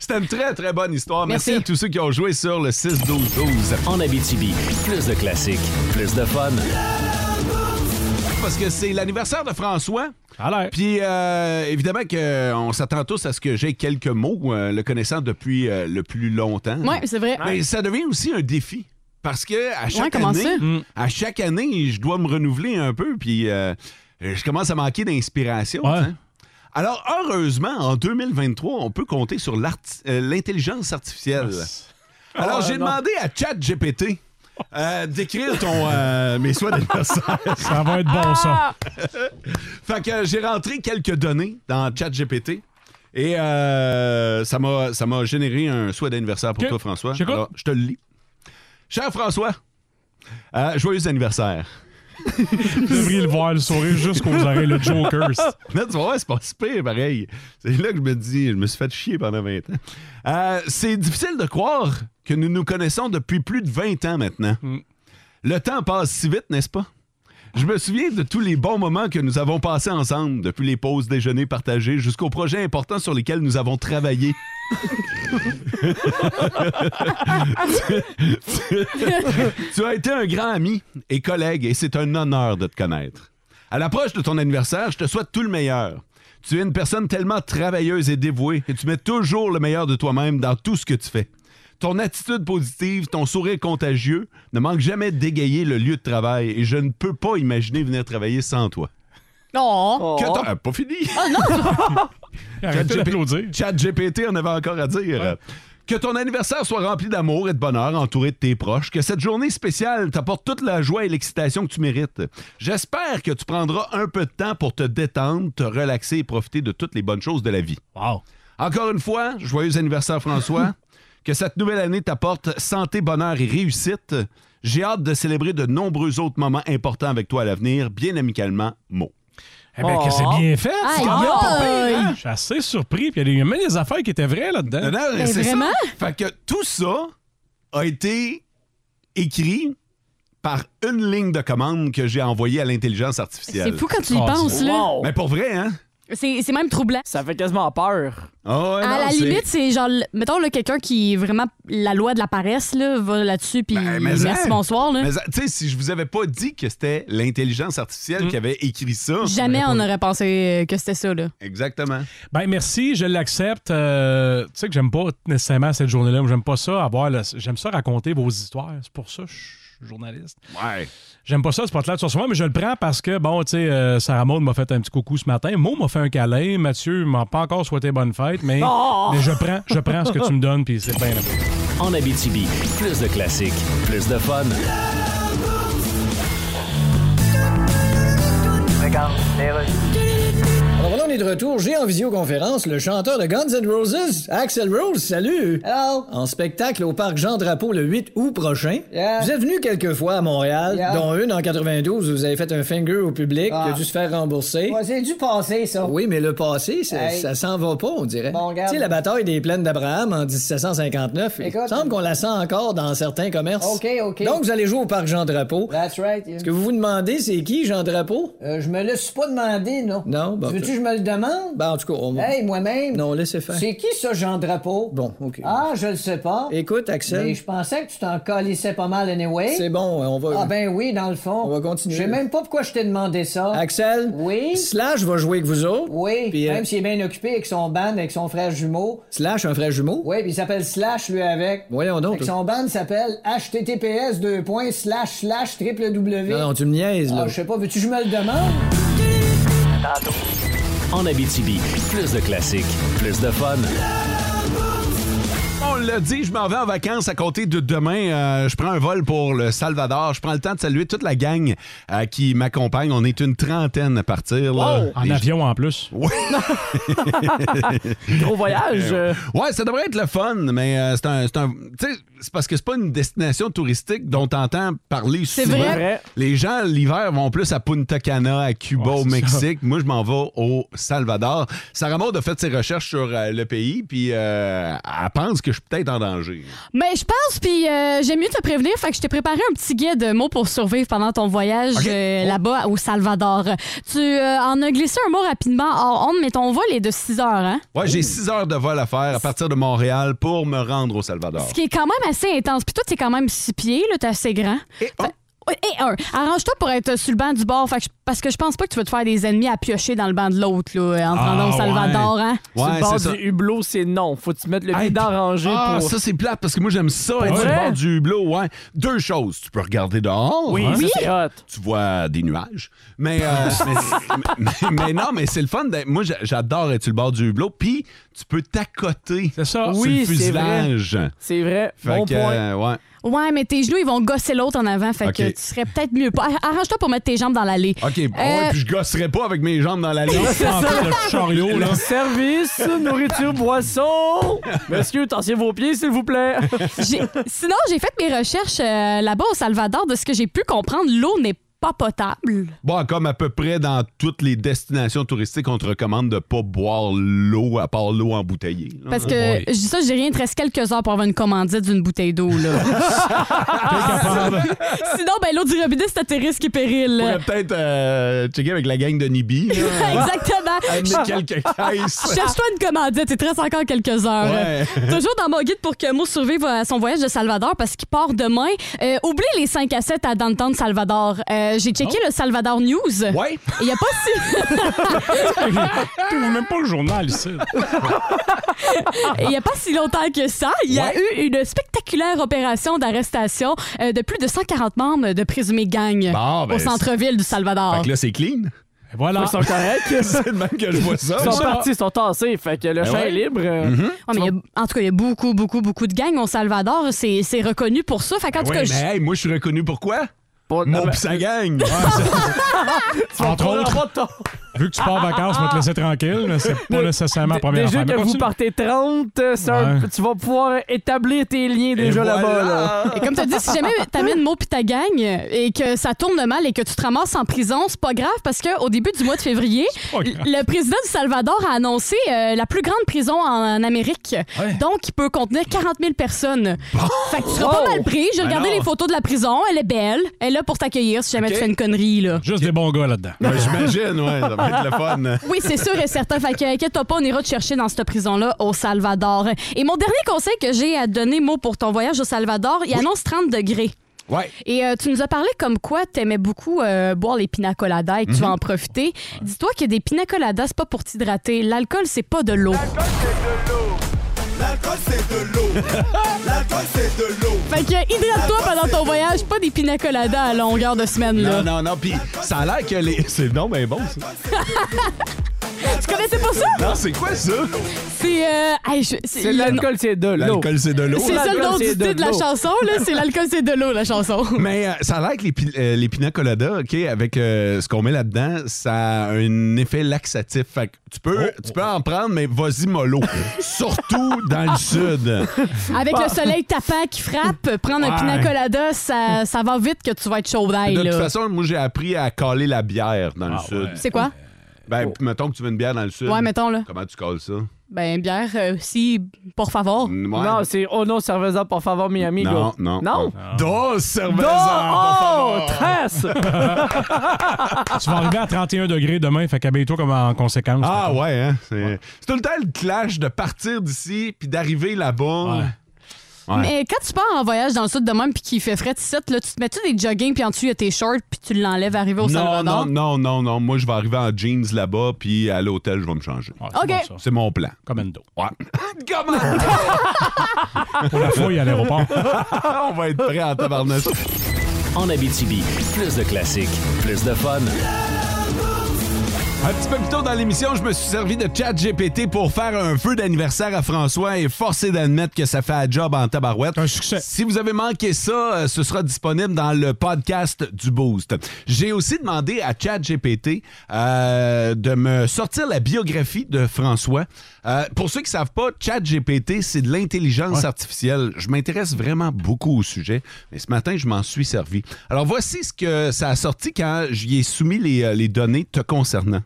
Speaker 3: C'était une très, très bonne histoire. Merci, à tous ceux qui ont joué sur le 6-12-12.
Speaker 2: En Abitibi, plus de classiques, plus de fun.
Speaker 3: Parce que c'est l'anniversaire de François. Puis, euh, évidemment qu'on s'attend tous à ce que j'ai quelques mots, euh, le connaissant depuis euh, le plus longtemps.
Speaker 5: Ouais, c'est vrai.
Speaker 3: Mais ça devient aussi un défi. Parce que à chaque
Speaker 5: comment ça?
Speaker 3: année, à chaque année, je dois me renouveler un peu, puis euh, je commence à manquer d'inspiration. tu sais. Alors, heureusement, en 2023, on peut compter sur l'arti- euh, l'intelligence artificielle. Alors,
Speaker 2: Ah,
Speaker 3: j'ai
Speaker 2: non.
Speaker 3: demandé à ChatGPT euh, d'écrire ton, euh, mes souhaits d'anniversaire.
Speaker 4: Ça va être bon, ça.
Speaker 3: fait que euh, j'ai rentré quelques données dans ChatGPT. Et euh, ça m'a ça m'a généré un souhait d'anniversaire pour
Speaker 4: Ok.
Speaker 3: toi, François.
Speaker 4: J'écoute.
Speaker 3: Alors, je te le lis. Cher François, euh, joyeux anniversaire.
Speaker 4: Vous devriez le voir, le sourire jusqu'aux oreilles, le Joker.
Speaker 3: Là, tu vas voir, c'est pas si pire, pareil. C'est là que je me dis, je me suis fait chier pendant 20 ans. Euh, c'est difficile de croire que nous nous connaissons depuis plus de 20 ans maintenant.
Speaker 4: Hmm.
Speaker 3: Le temps passe si vite, n'est-ce pas? Je me souviens de tous les bons moments que nous avons passés ensemble, depuis les pauses déjeuner partagées jusqu'aux projets importants sur lesquels nous avons travaillé. tu, tu as été un grand ami et collègue et c'est un honneur de te connaître. À l'approche de ton anniversaire, je te souhaite tout le meilleur. Tu es une personne tellement travailleuse et dévouée et tu mets toujours le meilleur de toi-même dans tout ce que tu fais. Ton attitude positive, ton sourire contagieux ne manque jamais d'égayer le lieu de travail et je ne peux pas imaginer venir travailler sans toi.
Speaker 5: Non.
Speaker 6: Oh.
Speaker 3: Que t'as- euh, pas fini.
Speaker 4: Arrête de
Speaker 3: Chat GPT Chat GPT en avait encore à dire. Que ton anniversaire soit rempli d'amour et de bonheur, entouré de tes proches. Que cette journée spéciale t'apporte toute la joie et l'excitation que tu mérites. J'espère que tu prendras un peu de temps pour te détendre, te relaxer et profiter de toutes les bonnes choses de la vie. Encore une fois, joyeux anniversaire François. que cette nouvelle année t'apporte santé, bonheur et réussite. J'ai hâte de célébrer de nombreux autres moments importants avec toi à l'avenir. Bien amicalement, Mo.
Speaker 4: Eh bien, que c'est bien fait.
Speaker 3: Oh. Aïe,
Speaker 4: c'est quand même pas
Speaker 3: aïe.
Speaker 4: pire, hein? Je suis assez surpris. Puis il y a des- il y a même des affaires qui étaient vraies là-dedans.
Speaker 3: Non, non, c'est Ça. Fait que tout ça a été écrit par une ligne de commande que j'ai envoyée à l'intelligence artificielle.
Speaker 5: C'est fou quand tu y penses, là. Wow.
Speaker 3: Mais pour vrai, hein?
Speaker 5: C'est c'est même troublant.
Speaker 6: Ça fait quasiment peur.
Speaker 3: Ah ouais,
Speaker 5: à
Speaker 3: non,
Speaker 5: la
Speaker 3: c'est-
Speaker 5: limite, c'est genre, le- mettons, là, quelqu'un qui est vraiment la loi de la paresse, là, va là-dessus, puis
Speaker 3: Eh, mais
Speaker 5: merci,
Speaker 3: hein?
Speaker 5: bonsoir, là.
Speaker 3: Mais, tu sais, si je vous avais pas dit que c'était l'intelligence artificielle qui avait écrit ça.
Speaker 5: Mm. Jamais on aurait pensé euh, que c'était ça, là.
Speaker 3: Exactement.
Speaker 4: Ben merci, je l'accepte. Euh, tu sais que j'aime pas nécessairement cette journée-là. Moi, J'aime pas ça avoir. le- J'aime ça raconter vos histoires. C'est pour ça que je suis journaliste.
Speaker 3: Ouais.
Speaker 4: J'aime pas ça, ce spot-là sur moi, mais je le prends parce que, bon, tu sais, euh, Sarah Maud m'a fait un petit coucou ce matin. Mo m'a fait un câlin. Mathieu m'a pas encore souhaité bonne fête, mais,
Speaker 2: Oh!
Speaker 4: mais je prends je prends ce que tu me donnes, puis c'est bien. là.
Speaker 2: En Abitibi, plus de classiques, plus de fun.
Speaker 9: Alors là, on est de retour. J'ai en visioconférence le chanteur de Guns N' Roses, Axel Rose. Salut! Hello! En spectacle au Parc Jean-Drapeau le 8 août prochain. Vous êtes venu quelques fois à Montréal,
Speaker 13: Yeah. Ah.
Speaker 9: dont une en 92 où vous avez fait un finger au public qui a dû se faire rembourser.
Speaker 13: c'est du passé, ça.
Speaker 9: Oui, mais le passé, ça,
Speaker 13: Hey.
Speaker 9: ça s'en va pas, on dirait.
Speaker 13: Bon,
Speaker 9: tu
Speaker 13: regarde.
Speaker 9: sais, la bataille des plaines d'Abraham en 1759,
Speaker 13: Écoute.
Speaker 9: il semble qu'on la sent encore dans certains commerces.
Speaker 13: OK, OK.
Speaker 9: Donc, vous allez jouer au Parc Jean-Drapeau.
Speaker 13: That's right. yeah.
Speaker 9: Ce que vous vous demandez, c'est qui, Jean Drapeau?
Speaker 13: Euh, je me laisse pas demander, non.
Speaker 9: Non, bon,
Speaker 13: Veux-tu que
Speaker 9: je me le demande?
Speaker 13: Ben, en tout cas, on va.
Speaker 9: Hey, moi-même.
Speaker 13: Non, laissez faire.
Speaker 9: C'est qui ce Jean Drapeau?
Speaker 13: Bon, OK.
Speaker 9: Ah, je le sais pas.
Speaker 13: Écoute, Axel.
Speaker 9: Mais je pensais que tu t'en colissais pas mal anyway.
Speaker 13: C'est bon, on va.
Speaker 9: Ah ben oui, dans le fond.
Speaker 13: On va continuer.
Speaker 9: Je sais même pas pourquoi je t'ai demandé ça.
Speaker 13: Axel?
Speaker 9: Oui?
Speaker 13: Slash va jouer avec vous autres.
Speaker 9: Oui,
Speaker 13: Puis, euh,
Speaker 9: même s'il est bien occupé avec son band, avec son frère jumeau.
Speaker 13: Slash, un frère jumeau.
Speaker 9: Oui, puis il s'appelle Slash, lui, avec.
Speaker 13: Voyons donc.
Speaker 9: Fait que son band s'appelle https www.
Speaker 13: Non, non, tu me niaises, là.
Speaker 9: Ah, je sais pas, veux-tu que je me le demande?
Speaker 2: En Abitibi, plus de classiques, plus de fun.
Speaker 3: On l'a dit, je m'en vais en vacances à compter de demain. Euh, je prends un vol pour le Salvador. Je prends le temps de saluer toute la gang euh, qui m'accompagne. On est une trentaine à partir. là.
Speaker 4: Wow! En
Speaker 3: Et-
Speaker 4: avion en plus.
Speaker 3: Oui.
Speaker 6: Gros
Speaker 3: Ben
Speaker 6: voyage. euh.
Speaker 3: Ouais, ça devrait être le fun, mais euh, c'est un. c'est un- Tu sais, c'est parce que c'est pas une destination touristique dont t'entends parler
Speaker 5: C'est
Speaker 3: souvent.
Speaker 5: vrai.
Speaker 3: Les gens, l'hiver, vont plus à Punta Cana, à Cuba,
Speaker 4: Ouais,
Speaker 3: au
Speaker 4: c'est
Speaker 3: Mexique. Moi, je m'en vais au Salvador. Sarah Maud a fait ses recherches sur euh, le pays, puis euh, elle pense que je suis peut-être en danger.
Speaker 5: Mais je pense, puis euh, j'aime mieux te prévenir, fait que je t'ai préparé un petit guide de mots pour survivre pendant ton voyage
Speaker 3: Ok.
Speaker 5: euh, là-bas au Salvador. Tu euh, en as glissé un mot rapidement hors honte, mais ton vol est de 6 heures, hein?
Speaker 3: Ouais, j'ai six heures de vol à faire à partir de Montréal pour me rendre au Salvador.
Speaker 5: Ce qui est quand même assez intense. Puis toi, t'es quand même six pieds, là, t'es assez grand.
Speaker 3: Et un.
Speaker 5: et un. Arrange-toi pour être sur le banc du bord, fait que je- parce que je pense pas que tu vas te faire des ennemis à piocher dans le banc de l'autre, là, en te
Speaker 3: Ah,
Speaker 5: rendant au Salvador,
Speaker 3: ouais.
Speaker 5: hein?
Speaker 6: Sur
Speaker 3: Ouais,
Speaker 6: le bord
Speaker 3: c'est ça.
Speaker 6: du hublot, c'est non. Faut que tu mettes le
Speaker 3: Hey,
Speaker 6: pied dans la rangée
Speaker 3: Ah,
Speaker 6: pour.
Speaker 3: ça c'est plate parce que moi j'aime ça être sur le
Speaker 6: vrai?
Speaker 3: bord du hublot, ouais. Deux choses, tu peux regarder dehors.
Speaker 6: oui,
Speaker 3: hein.
Speaker 6: ça, c'est hot.
Speaker 3: Tu vois des nuages. Mais, euh, mais, mais- mais non, mais c'est le fun. d'être- Moi, j'a- j'adore être sur le bord du hublot. Puis, tu peux t'accoter
Speaker 4: C'est ça.
Speaker 3: sur
Speaker 6: Oui,
Speaker 3: le
Speaker 6: c'est
Speaker 3: fuselage.
Speaker 6: C'est vrai.
Speaker 3: Fait
Speaker 6: bon
Speaker 3: que,
Speaker 6: point.
Speaker 3: euh, ouais.
Speaker 5: Ouais, mais tes genoux, ils vont gosser l'autre en avant, fait
Speaker 3: Ok.
Speaker 5: que tu serais peut-être mieux pas. Arrange-toi pour mettre tes jambes dans l'allée. Euh,
Speaker 3: OK, oh, ouais, puis je gosserai pas avec mes jambes dans la ligne.
Speaker 4: En plus, le chariot, là.
Speaker 6: Le service, nourriture, boisson. Monsieur, tassez vos pieds, s'il vous plaît.
Speaker 5: J'ai- Sinon, j'ai fait mes recherches euh, là-bas au Salvador. De ce que j'ai pu comprendre, l'eau n'est pas potable.
Speaker 3: Bon, comme à peu près dans toutes les destinations touristiques, on te recommande de pas boire l'eau à part l'eau embouteillée. là.
Speaker 5: Parce que je dis ça, j'ai rien, il te reste quelques heures pour avoir une commandite d'une bouteille d'eau. là. Sinon, ben, l'eau du robinet, c'est à tes risques et périls.
Speaker 3: On pourrait peut-être euh, checker avec la gang de Nibi. là.
Speaker 5: Exactement.
Speaker 3: Amener quelques caisses.
Speaker 5: Cherche-toi une commandite, il te reste encore quelques heures.
Speaker 3: Ouais.
Speaker 5: Toujours dans mon guide pour que Mo survive à son voyage de Salvador parce qu'il part demain. Euh, oublie les 5 à 7 à Downtown Salvador. Euh, J'ai checké le Salvador News.
Speaker 3: Oh. Ouais.
Speaker 5: Il n'y a pas si...
Speaker 4: Tu vois même pas le journal ici.
Speaker 5: Il n'y a pas si longtemps que ça, il y a eu une spectaculaire opération d'arrestation euh, de plus de 140 membres de présumés gangs
Speaker 3: Bon, ben,
Speaker 5: au centre-ville du Salvador.
Speaker 3: Fait que là, c'est clean.
Speaker 4: Et voilà.
Speaker 6: Ils sont corrects.
Speaker 3: C'est de même que je vois ça.
Speaker 6: Ils sont partis, ils sont tassés. Fait que le
Speaker 3: Ben
Speaker 6: champ
Speaker 3: ouais.
Speaker 6: est libre. euh,
Speaker 5: Ouais, mais il y a- en tout cas, il y a beaucoup, beaucoup, beaucoup de gangs au Salvador. C'est c'est reconnu pour ça. Fait qu'en tout
Speaker 3: Ouais,
Speaker 5: cas,
Speaker 3: Ben mais
Speaker 5: je-
Speaker 3: hey, moi, je suis reconnu pour quoi?
Speaker 6: pour-
Speaker 3: Mon
Speaker 6: ben,
Speaker 3: pis sa gang.
Speaker 4: Entre
Speaker 6: pour leur
Speaker 4: autres,
Speaker 6: bâton.
Speaker 4: vu que tu pars en vacances, on va te laisser tranquille, mais c'est pas nécessairement la première
Speaker 6: Déjà
Speaker 4: affaire. Mais
Speaker 6: que vous
Speaker 4: continue.
Speaker 6: partez 30, c'est un-
Speaker 4: Ouais.
Speaker 6: tu vas pouvoir établir tes liens déjà là-bas. là.
Speaker 5: Et comme tu dit, si jamais t'amènes Mo pis ta gang et que ça tourne mal et que tu te ramasses en prison, c'est pas grave parce qu'au début du mois de février,
Speaker 4: pas grave.
Speaker 5: le président du Salvador a annoncé euh, la plus grande prison en, en Amérique.
Speaker 4: Ouais.
Speaker 5: Donc, il peut contenir 40 000 personnes. Fait que tu seras pas mal pris.
Speaker 4: Ah
Speaker 5: J'ai regardé
Speaker 3: non.
Speaker 5: les photos de la prison. Elle est belle. Elle est là pour t'accueillir si jamais
Speaker 3: Ok.
Speaker 5: tu fais une connerie. Là.
Speaker 4: Juste des bons gars là-dedans.
Speaker 3: Ben, J'imagine, ouais, ça va être le fun.
Speaker 5: Ah, Oui, c'est sûr et certain. Fait que, inquiète-toi pas, on ira te chercher dans cette prison-là au Salvador. Et mon dernier conseil que j'ai à te donner, Mo, pour ton voyage au Salvador, il annonce 30 degrés.
Speaker 3: Ouais.
Speaker 5: Et euh, tu nous as parlé comme quoi tu aimais beaucoup euh, boire les pina coladas et que tu
Speaker 3: Mhm.
Speaker 5: vas en profiter. Dis-toi que des pina coladas, c'est pas pour t'hydrater. L'alcool, c'est pas de l'eau.
Speaker 14: L'alcool, c'est de l'eau. L'alcool, c'est de l'eau.
Speaker 5: Fait que euh, hydrate-toi pendant ton voyage, pas des pina coladas à longueur de semaine. Là.
Speaker 3: Non, non, non, pis ça a l'air que les. C'est non, mais bon, ça.
Speaker 5: Tu connaissais pas ça?
Speaker 3: Non, c'est quoi ça?
Speaker 5: C'est. euh, hey, je- c'est-
Speaker 6: C'est
Speaker 5: il y a-
Speaker 6: l'alcool, c'est de l'eau.
Speaker 3: L'alcool, c'est de l'eau.
Speaker 5: C'est ça le
Speaker 6: L'alcool,
Speaker 5: nom du
Speaker 6: c'est de
Speaker 5: titre de la
Speaker 6: l'eau.
Speaker 5: chanson, là. C'est l'alcool, c'est de l'eau, la chanson.
Speaker 3: Mais euh, ça a l'air que les, pi- euh, les pina coladas, OK, avec euh, ce qu'on met là-dedans, ça a un effet laxatif. Fait que tu peux, tu peux en prendre, mais vas-y mollo. Surtout dans le sud.
Speaker 5: Avec le soleil tapant qui frappe, prendre un
Speaker 3: Ah. Ouais.
Speaker 5: pina colada, ça, ça va vite que tu vas être chaud d'ail,
Speaker 3: De toute
Speaker 5: là.
Speaker 3: façon, moi, j'ai appris à caler la bière dans le
Speaker 4: Ah,
Speaker 3: sud.
Speaker 4: ouais.
Speaker 5: C'est quoi?
Speaker 3: Ben, mettons que tu veux une bière dans le sud.
Speaker 5: Ouais, mettons, là.
Speaker 3: Comment tu cales ça?
Speaker 5: Ben, bière, euh, si, pour favor.
Speaker 6: Non, c'est Oh no cerveza por favor mi amigo.
Speaker 3: Non, non.
Speaker 6: Non?
Speaker 4: Ah.
Speaker 3: Dos cerveza
Speaker 6: Oh, tresse!
Speaker 4: Tu vas arriver à 31 degrés demain, fait qu'habille-toi comme en conséquence.
Speaker 3: Ah ouais, hein? C'est c'est tout le temps le clash de partir d'ici puis d'arriver là-bas. Ouais.
Speaker 5: Mais quand tu pars en voyage dans le sud de même puis qu'il fait frais, tu sais, là, tu te mets-tu des joggings puis en dessous, il y a tes shorts puis tu l'enlèves arrivé au
Speaker 3: non,
Speaker 5: Salvador?
Speaker 3: non, non, non, non. Moi, je vais arriver en jeans là-bas, puis à l'hôtel, je vais me changer.
Speaker 5: c'est OK. bon, ça.
Speaker 3: C'est mon plan.
Speaker 4: Commando.
Speaker 3: Ouais.
Speaker 4: Pour la fouille à l'aéroport.
Speaker 3: On va être prêt en tabarnak.
Speaker 2: En Abitibi, plus de classiques, plus de fun.
Speaker 3: Un petit peu plus tôt dans l'émission, je me suis servi de chat GPT pour faire un feu d'anniversaire à François et forcé d'admettre que ça fait un job en tabarouette. Un succès. Si vous avez manqué ça, euh, ce sera disponible dans le podcast du Boost. J'ai aussi demandé à chat GPT euh, de me sortir la biographie de François. Euh, pour ceux qui savent pas, chat GPT, c'est de l'intelligence artificielle. Je m'intéresse vraiment beaucoup au sujet, mais ce matin, je m'en suis servi. Alors voici ce que ça a sorti quand j'y ai soumis les, euh, les données te concernant.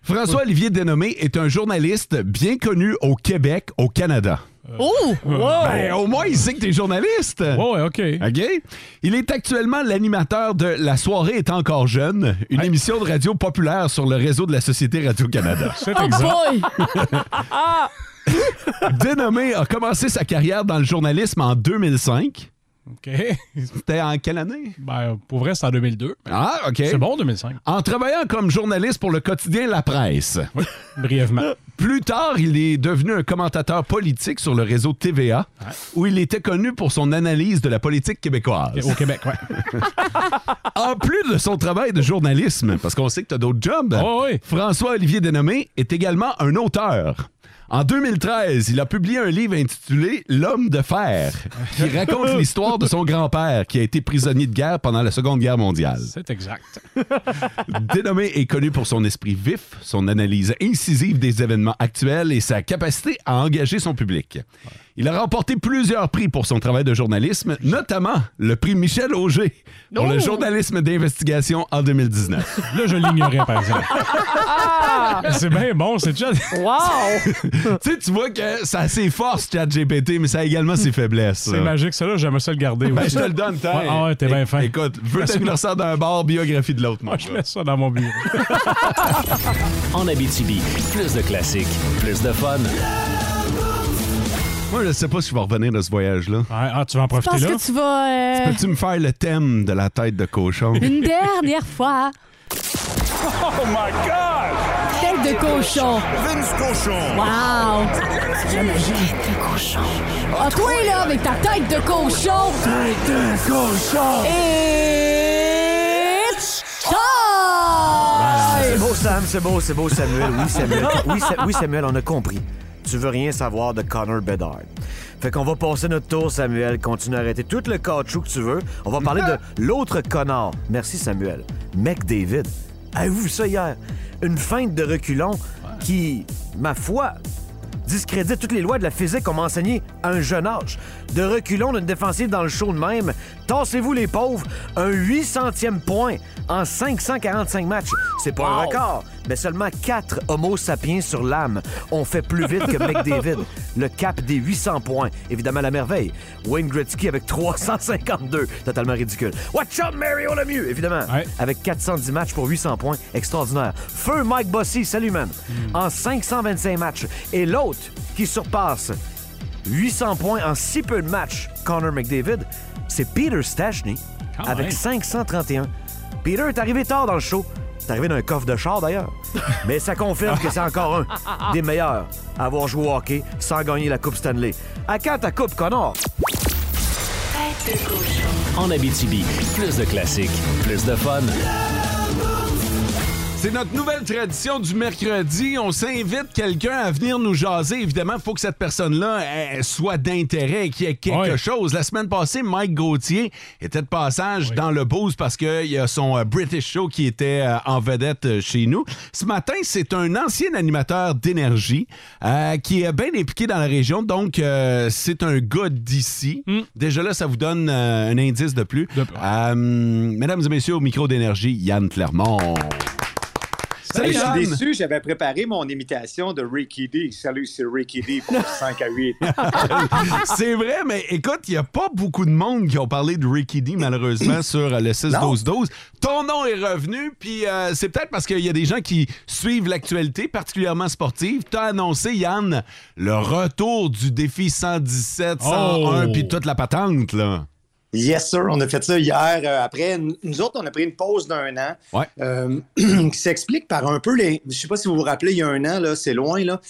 Speaker 3: François-Olivier Dénommé est un journaliste bien connu au Québec, au Canada.
Speaker 5: Oh!
Speaker 3: Ben, au moins, il sait que t'es journaliste.
Speaker 4: Eh, Ouais, OK.
Speaker 3: OK? Il est actuellement l'animateur de La soirée est encore jeune, une émission de radio populaire sur le réseau de la Société Radio-Canada.
Speaker 5: Oh boy!
Speaker 3: Dénommé a commencé sa carrière dans le journalisme en 2005.
Speaker 4: OK.
Speaker 3: C'était en quelle année?
Speaker 4: Ben, pour vrai, c'est en 2002.
Speaker 3: Ah, OK.
Speaker 4: C'est bon, 2005.
Speaker 3: En travaillant comme journaliste pour le quotidien La Presse.
Speaker 4: Brièvement.
Speaker 3: Plus tard, il est devenu un commentateur politique sur le réseau TVA, où il était connu pour son analyse de la politique québécoise.
Speaker 4: Au Québec, ouais.
Speaker 3: En plus de son travail de journalisme, parce qu'on sait que tu as d'autres jobs,
Speaker 4: Oh
Speaker 3: François-Olivier Dénommé est également un auteur. En 2013, il a publié un livre intitulé L'homme de fer, qui raconte l'histoire de son grand-père qui a été prisonnier de guerre pendant la Seconde Guerre mondiale.
Speaker 4: C'est exact.
Speaker 3: Dénommé est connu pour son esprit vif, son analyse incisive des événements actuels et sa capacité à engager son public. Il a remporté plusieurs prix pour son travail de journalisme, notamment le prix Michel Auger pour le journalisme d'investigation en 2019.
Speaker 4: Là, je l'ignorais, par exemple.
Speaker 3: Ah!
Speaker 4: c'est bien bon, c'est déjà...
Speaker 6: Wow!
Speaker 3: tu sais, tu vois que ça a ses forces, ChatGPT, mais ça a également ses faiblesses.
Speaker 4: C'est
Speaker 3: là.
Speaker 4: magique, ça, là. J'aimerais ça le garder.
Speaker 3: Ben,
Speaker 4: aussi.
Speaker 3: je te le donne, t'as.
Speaker 4: Ouais, Ah ouais, t'es bien fin.
Speaker 3: Écoute, veux t'éclore ça d'un bord, biographie de l'autre, mon
Speaker 4: Je
Speaker 3: gars.
Speaker 4: mets ça dans mon bureau.
Speaker 2: En Abitibi, plus de classiques, plus de fun.
Speaker 3: Moi, je sais pas si je vais revenir de ce voyage-là.
Speaker 4: Ah, ah, tu vas en
Speaker 5: Je pense
Speaker 4: profiter là?
Speaker 5: que tu vas. euh,
Speaker 3: Peux-tu me faire le thème de la tête de cochon?
Speaker 5: une dernière fois.
Speaker 14: Oh my God!
Speaker 5: Tête de cochon.
Speaker 14: Vince Cochon!
Speaker 5: Wow! Tête de cochon. Ah, toi, là, avec ta tête de cochon.
Speaker 14: Tête de cochon!
Speaker 5: It's time!
Speaker 15: C'est beau, Sam, c'est beau, c'est beau, Samuel. Oui, Samuel. Oui, Sa- oui, Samuel, on a compris. Tu veux rien savoir de Connor Bedard. Fait qu'on va passer notre tour, Samuel. Continue à arrêter tout le caoutchouc que tu veux. On va parler de l'autre connard. Merci, Samuel. Mec David. Avez-vous vu ça hier? Une feinte de reculon qui, ma foi, discrédite toutes les lois de la physique qu'on m'a enseignées à un jeune âge. De reculons d'une défensive dans le show de même. Tassez-vous les pauvres, un 800e point en 545 matchs. C'est pas un record, mais seulement 4 Homo sapiens sur l'âme. On fait plus vite que McDavid. Le cap des 800 points, évidemment la merveille. Wayne Gretzky avec 352, totalement ridicule. Watch up, Mario Lemieux, évidemment. Avec 410 matchs pour 800 points, extraordinaire. Feu Mike Bossy, salut man.
Speaker 4: Hmm.
Speaker 15: En 525 matchs. Et l'autre qui surpasse 800 points en si peu de matchs, Connor McDavid, c'est Peter Stachny
Speaker 4: Quand
Speaker 15: avec
Speaker 4: même.
Speaker 15: 531. Peter est arrivé tard dans le show. C'est arrivé d'un coffre de char d'ailleurs. Mais ça confirme que c'est encore un des meilleurs à avoir joué au hockey sans gagner la Coupe Stanley. À quand ta Coupe, Connor?
Speaker 12: Tête de cochon.
Speaker 2: En Abitibi, plus de classiques, plus de fun.
Speaker 3: C'est notre nouvelle tradition du mercredi. On s'invite quelqu'un à venir nous jaser. Évidemment, il faut que cette personne-là elle, soit d'intérêt, qu'il y ait quelque
Speaker 4: Ouais.
Speaker 3: chose. La semaine passée, Mike Gauthier était de passage dans le Bose parce qu'il y a son euh, British Show qui était euh, en vedette euh, chez nous. Ce matin, c'est un ancien animateur d'énergie euh, qui est bien impliqué dans la région. Donc, euh, c'est un gars d'ici. Déjà là, ça vous donne euh, un indice de plus. Euh, mesdames et messieurs, au micro d'énergie, Yann Clermont.
Speaker 16: Hey, je suis déçu, j'avais préparé mon imitation de Ricky D. Salut, c'est Ricky D pour 5 à 8.
Speaker 3: C'est vrai, mais écoute, il n'y a pas beaucoup de monde qui ont parlé de Ricky D, malheureusement, sur euh, le 6-12-12. Ton nom est revenu, puis euh, c'est peut-être parce qu'il y a des gens qui suivent l'actualité, particulièrement sportive. T'as annoncé, Yann, le retour du défi 117, 101,
Speaker 16: Oh!
Speaker 3: puis toute la patente, là.
Speaker 16: Yes, sir. On a fait ça hier. euh, après, N- nous autres, on a pris une pause d'un an.
Speaker 3: Ouais.
Speaker 16: Euh, qui s'explique par un peu les. Je sais pas si vous vous rappelez, il y a un an, là, c'est loin, là.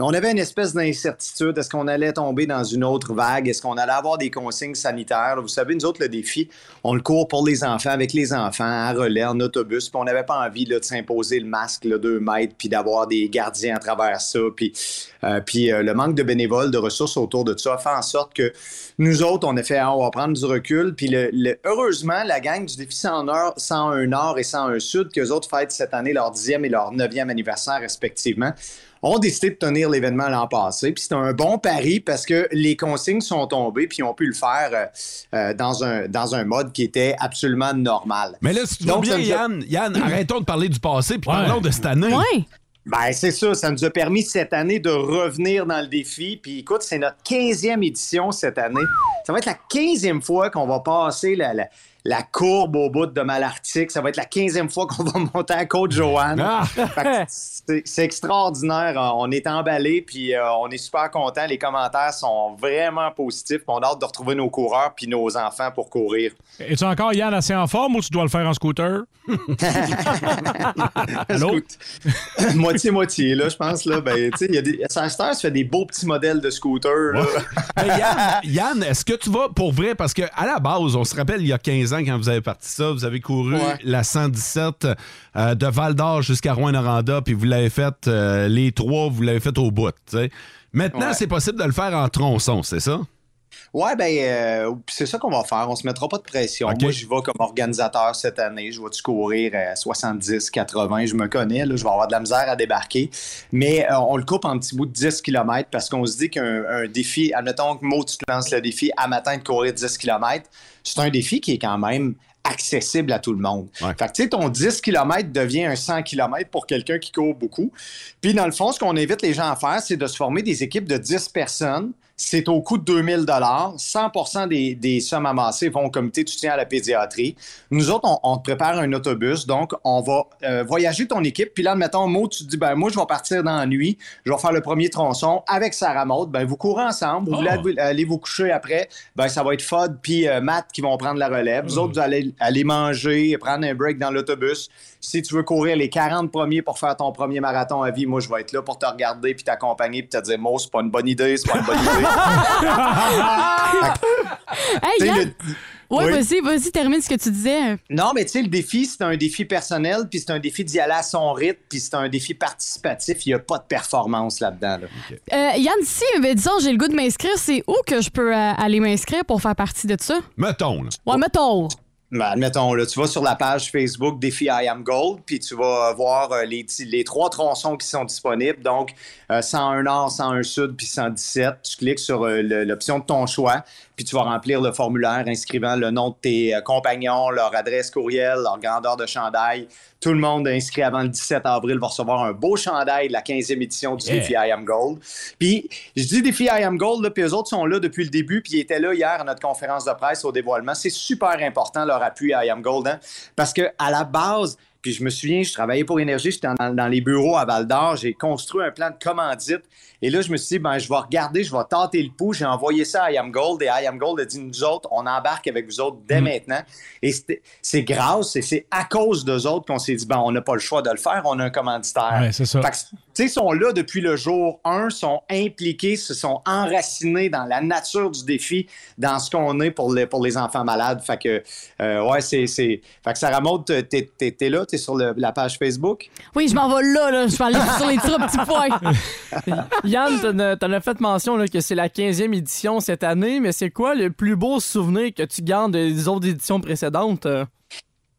Speaker 16: Mais on avait une espèce d'incertitude. Est-ce qu'on allait tomber dans une autre vague? Est-ce qu'on allait avoir des consignes sanitaires? Vous savez, nous autres, le défi, on le court pour les enfants, avec les enfants, à relais, en autobus. Puis on n'avait pas envie là, de s'imposer le masque de 2 mètres, puis d'avoir des gardiens à travers ça. Puis, euh, puis euh, le manque de bénévoles, de ressources autour de ça fait en sorte que nous autres, on a fait, Ah, on va prendre du recul. Puis le- le- heureusement, la gang du défi 100 heures- 101 Nord et 101 Sud, qu'eux autres fêtent cette année leur 10e et leur 9e anniversaire respectivement, ont décidé de tenir l'événement l'an passé. Puis c'était un bon pari parce que les consignes sont tombées, puis ils ont pu le faire euh, euh, dans, un, dans un mode qui était absolument normal.
Speaker 3: Mais là, si tu veux
Speaker 16: Donc,
Speaker 3: bien,
Speaker 16: ça nous a-
Speaker 3: Yann, Yann, arrêtons de parler du passé, puis
Speaker 16: Ouais.
Speaker 3: parlons de cette année.
Speaker 16: ben, c'est ça. Ça nous a permis cette année de revenir dans le défi. Puis écoute, c'est notre 15e édition cette année. Ça va être la 15e fois qu'on va passer la, la- la courbe au bout de Malartic. Ça va être la 15e fois qu'on va monter à Côte-Joanne. Fait que c'est- C'est extraordinaire. On est emballé puis euh, on est super content. Les commentaires sont vraiment positifs. puis On a hâte de retrouver nos coureurs puis nos enfants pour courir.
Speaker 4: Es-tu encore, Yann, assez en forme ou tu dois le faire en scooter? Allô?
Speaker 16: Moitié-moitié, là, je pense. Là, ben, tu sais, il y a des... à cette heure, ça fait des beaux petits modèles de scooters. là.
Speaker 3: Mais Yann, Yann, est-ce que tu vas pour vrai? Parce que à la base, on se rappelle il y a 15 ans quand vous avez parti ça, vous avez couru la 117 euh, de Val d'Or jusqu'à Rouen-Noranda, puis vous l'avez fait euh, les trois, vous l'avez fait au bout. tu sais. Maintenant,
Speaker 16: Ouais.
Speaker 3: c'est possible de le faire en tronçon, c'est ça?
Speaker 16: Ouais, ben, euh, puis c'est ça qu'on va faire. On se mettra pas de pression. Moi, je vais comme organisateur cette année. Je vais-tu courir à 70, 80? Je me connais, là. Je vais avoir de la misère à débarquer. Mais euh, on le coupe en petits bouts de 10 km parce qu'on se dit qu'un un défi, admettons que Mo, tu te lances le défi à matin de courir 10 km, c'est un défi qui est quand même accessible à tout le monde. Fait que, tu sais, ton 10 km devient un 100 km pour quelqu'un qui court beaucoup. Puis, dans le fond, ce qu'on invite les gens à faire, c'est de se former des équipes de 10 personnes. C'est au coût de 2000 dollars. 100 des, des sommes amassées vont au comité de soutien à la pédiatrie. Nous autres, on, on te prépare un autobus. Donc, on va euh, voyager ton équipe. Puis là, admettons, Mo, tu te dis, ben moi, je vais partir dans la nuit. Je vais faire le premier tronçon avec Sarah Maud. Ben, vous courez ensemble. Vous voulez
Speaker 17: Ah.
Speaker 16: aller- aller vous coucher après. Ben, ça va être Fod puis euh, Matt qui vont prendre la relève.
Speaker 3: Mhm.
Speaker 16: Vous autres, vous allez aller manger, prendre un break dans l'autobus. Si tu veux courir les 40 premiers pour faire ton premier marathon à vie, moi, je vais être là pour te regarder puis t'accompagner puis te dire, Mo, c'est pas une bonne idée, c'est pas une bonne idée.
Speaker 5: Hey,
Speaker 16: T'sais,
Speaker 5: Yann!
Speaker 16: le-
Speaker 5: Ouais,
Speaker 16: Oui.
Speaker 5: vas-y, vas-y, termine ce que tu disais.
Speaker 16: Non, mais tu sais, le défi, c'est un défi personnel, puis c'est un défi d'y aller à son rythme, puis c'est un défi participatif. Il n'y a pas de performance là-dedans. là.
Speaker 5: Euh, Yann, si, ben, disons, j'ai le goût de m'inscrire, c'est où que je peux euh, aller m'inscrire pour faire partie de ça? Oh.
Speaker 3: Mettons, là.
Speaker 5: Ouais, mettons.
Speaker 16: Ben, admettons, là, tu vas sur la page Facebook Défi I Am Gold, puis tu vas voir euh, les, ti- les trois tronçons qui sont disponibles. Donc, euh, 101 Nord, 101 Sud, puis 117. Tu cliques sur euh, le- l'option de ton choix, puis tu vas remplir le formulaire inscrivant le nom de tes euh, compagnons, leur adresse courriel, leur grandeur de chandail. Tout le monde inscrit avant le 17 avril va recevoir un beau chandail de la 15e édition du
Speaker 17: Yeah.
Speaker 16: Défi I Am Gold. Puis, je dis défi I Am Gold, là, puis eux autres sont là depuis le début, puis ils étaient là hier à notre conférence de presse au dévoilement. C'est super important leur appui à I Am Gold, hein, parce que à la base, puis je me souviens, je travaillais pour Énergie, j'étais dans, dans les bureaux à Val d'Or, j'ai construit un plan de commandite, et là, je me suis dit, ben, je vais regarder, je vais tenter le pouls, j'ai envoyé ça à I Am Gold, et I Am Gold a dit, nous autres, on embarque avec vous autres
Speaker 4: Mm.
Speaker 16: dès maintenant. Et c'était- c'est grâce, et c'est à cause d'eux autres qu'on s'est dit, ben, on n'a pas le choix de le faire, on a un commanditaire.
Speaker 4: Ouais, c'est ça.
Speaker 16: Fait que tu sais, ils sont là depuis le jour 1, sont impliqués, se sont enracinés dans la nature du défi, dans ce qu'on est pour les, pour les enfants malades. Fait que, euh, ouais, c'est. c'est- Fait que Sarah Maud, t'es- t'es t'es- t'es là, t'es sur le- la page Facebook.
Speaker 5: Oui, je m'en vais là, là. Je vais aller sur les trois petits points.
Speaker 6: Yann, t'en as- t'en as fait mention là, que c'est la 15e édition cette année, mais c'est quoi le plus beau souvenir que tu gardes des autres éditions précédentes? euh?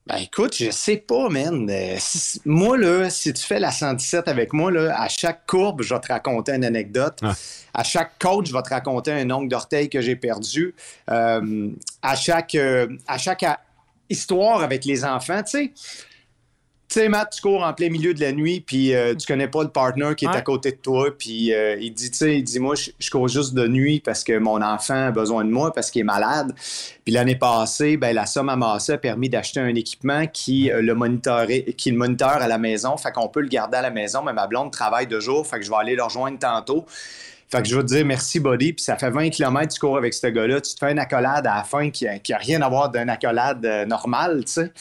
Speaker 16: Ben écoute, je sais pas, man. Euh, si- moi, là, si tu fais la 117 avec moi, là, à chaque courbe, je vais te raconter une anecdote. À chaque coach, je vais te raconter un ongle d'orteil que j'ai perdu. Euh, à chaque, euh, à chaque a- histoire avec les enfants, tu sais. tu sais, Matt, tu cours en plein milieu de la nuit, puis euh, tu connais pas le partner qui est à côté de toi, puis euh, il dit, tu sais, il dit, moi, je je cours juste de nuit parce que mon enfant a besoin de moi parce qu'il est malade. Puis l'année passée, ben, la somme amassée a permis d'acheter un équipement qui, euh, le monitorait, qui le moniteur à la maison, fait qu'on peut le garder à la maison, mais ma blonde travaille de jour, fait que je vais aller le rejoindre tantôt. Fait que je veux te dire merci, Buddy. Puis ça fait 20 km tu cours avec ce gars-là. Tu te fais une accolade à la fin qui n'a rien à voir d'une accolade euh, normale, tu sais.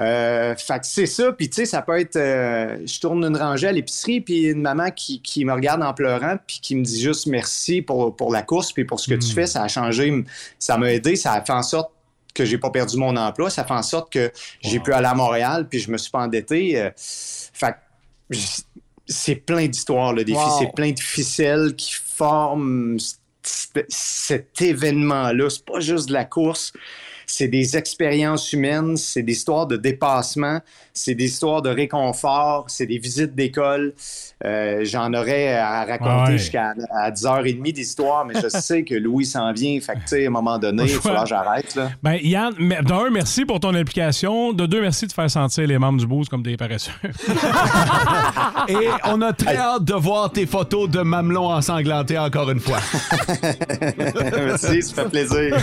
Speaker 16: Euh, fait que c'est ça. Puis tu sais, ça peut être... euh, je tourne une rangée à l'épicerie, puis une maman qui, qui me regarde en pleurant, puis qui me dit juste merci pour, pour la course, puis pour ce que tu fais. Ça a changé, ça m'a aidé, ça a fait en sorte que j'ai pas perdu mon emploi. Ça fait en sorte que j'ai pu aller à Montréal, puis je me suis pas endetté. Euh, fait que j- c'est plein d'histoires, le défi.
Speaker 6: Wow.
Speaker 16: C'est plein de ficelles qui forment c- c- cet événement-là. C'est pas juste de la course. C'est des expériences humaines, c'est des histoires de dépassement, c'est des histoires de réconfort, c'est des visites d'école. Euh, J'en aurais à raconter
Speaker 4: Ouais.
Speaker 16: jusqu'à à 10h30 d'histoires, mais je sais que Louis s'en vient. Fait que, tu sais, à un moment donné, il
Speaker 4: Pas le
Speaker 16: faut
Speaker 4: choix.
Speaker 16: que j'arrête. là.
Speaker 4: Ben, Yann, mais- d'un, merci pour ton implication. De deux, merci de faire sentir les membres du Boost comme des paresseux.
Speaker 3: Et on a très hâte de voir tes photos de mamelons ensanglantés encore une fois.
Speaker 16: Merci, ça fait plaisir.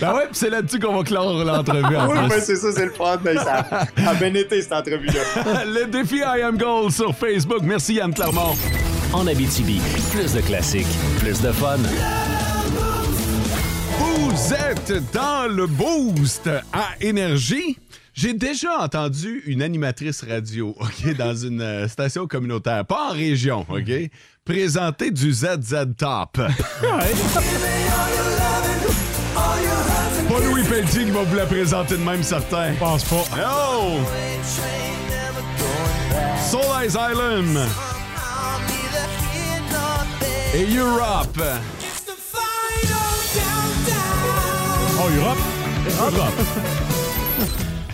Speaker 3: Ben ouais, puis c'est là-dessus qu'on va clore l'entrevue. en
Speaker 16: Oui,
Speaker 3: plus.
Speaker 16: ben, c'est ça, c'est le fun. Ben, ça a bien été, cette entrevue-là.
Speaker 3: Le défi I Am Gold sur Facebook. Merci Yann Clermont.
Speaker 7: En Abitibi, plus de classiques, plus de fun.
Speaker 3: Vous êtes dans le boost à énergie. J'ai déjà entendu une animatrice radio, OK, dans une euh, station communautaire, pas en région, OK, présenter du ZZ Top. Pas Louis Pelletier qui va vous la présenter de même, certain. Je pense pas. No! Soul Eyes Island. Et Europe.
Speaker 4: Oh, Europe?
Speaker 3: Europe.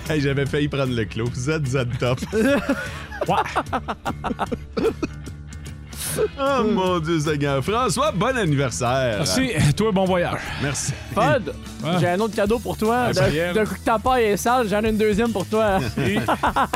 Speaker 3: Hey, J'avais failli prendre le clos. ZZ Top. oh mon Dieu, Seigneur. François, bon anniversaire.
Speaker 4: Merci. Toi, bon voyage.
Speaker 3: Merci.
Speaker 6: Pod,
Speaker 4: Ouais.
Speaker 6: j'ai un autre cadeau pour toi.
Speaker 3: Ah,
Speaker 6: D'un
Speaker 3: Gabriel.
Speaker 6: d'un coup que ta paille est sale, j'en ai une deuxième pour toi.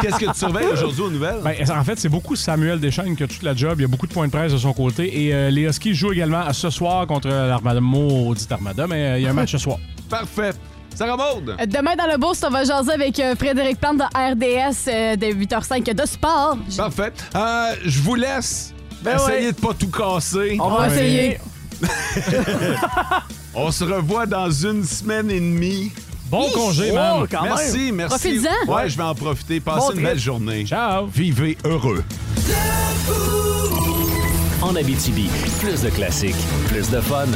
Speaker 3: Qu'est-ce que tu surveilles aujourd'hui aux nouvelles?
Speaker 4: Ben, en fait, c'est beaucoup Samuel Deschênes qui a toute la job. Il y a beaucoup de points de presse de son côté. Et euh, les Huskies jouent également ce soir contre l'Armada, maudite Armada, mais euh, il y a un match ce soir.
Speaker 3: Parfait. Sarah Maud.
Speaker 5: Euh, Demain dans le Boost, on va jaser avec euh, Frédéric Plante de RDS euh, de 8h05 de sport.
Speaker 3: Parfait. Euh, je vous laisse.
Speaker 5: Ben
Speaker 3: Essayez
Speaker 5: ouais.
Speaker 3: de pas tout casser.
Speaker 5: On va essayer.
Speaker 3: On se revoit dans une semaine et demie.
Speaker 4: Bon
Speaker 3: Hi!
Speaker 4: congé, man.
Speaker 3: quand même. merci, merci.
Speaker 4: Profites-en.
Speaker 3: Ouais, je vais en profiter. Passez
Speaker 4: Bon
Speaker 3: une
Speaker 4: trip.
Speaker 3: belle journée.
Speaker 4: Ciao.
Speaker 3: Vivez heureux.
Speaker 7: En Abitibi, plus de classiques, plus de fun.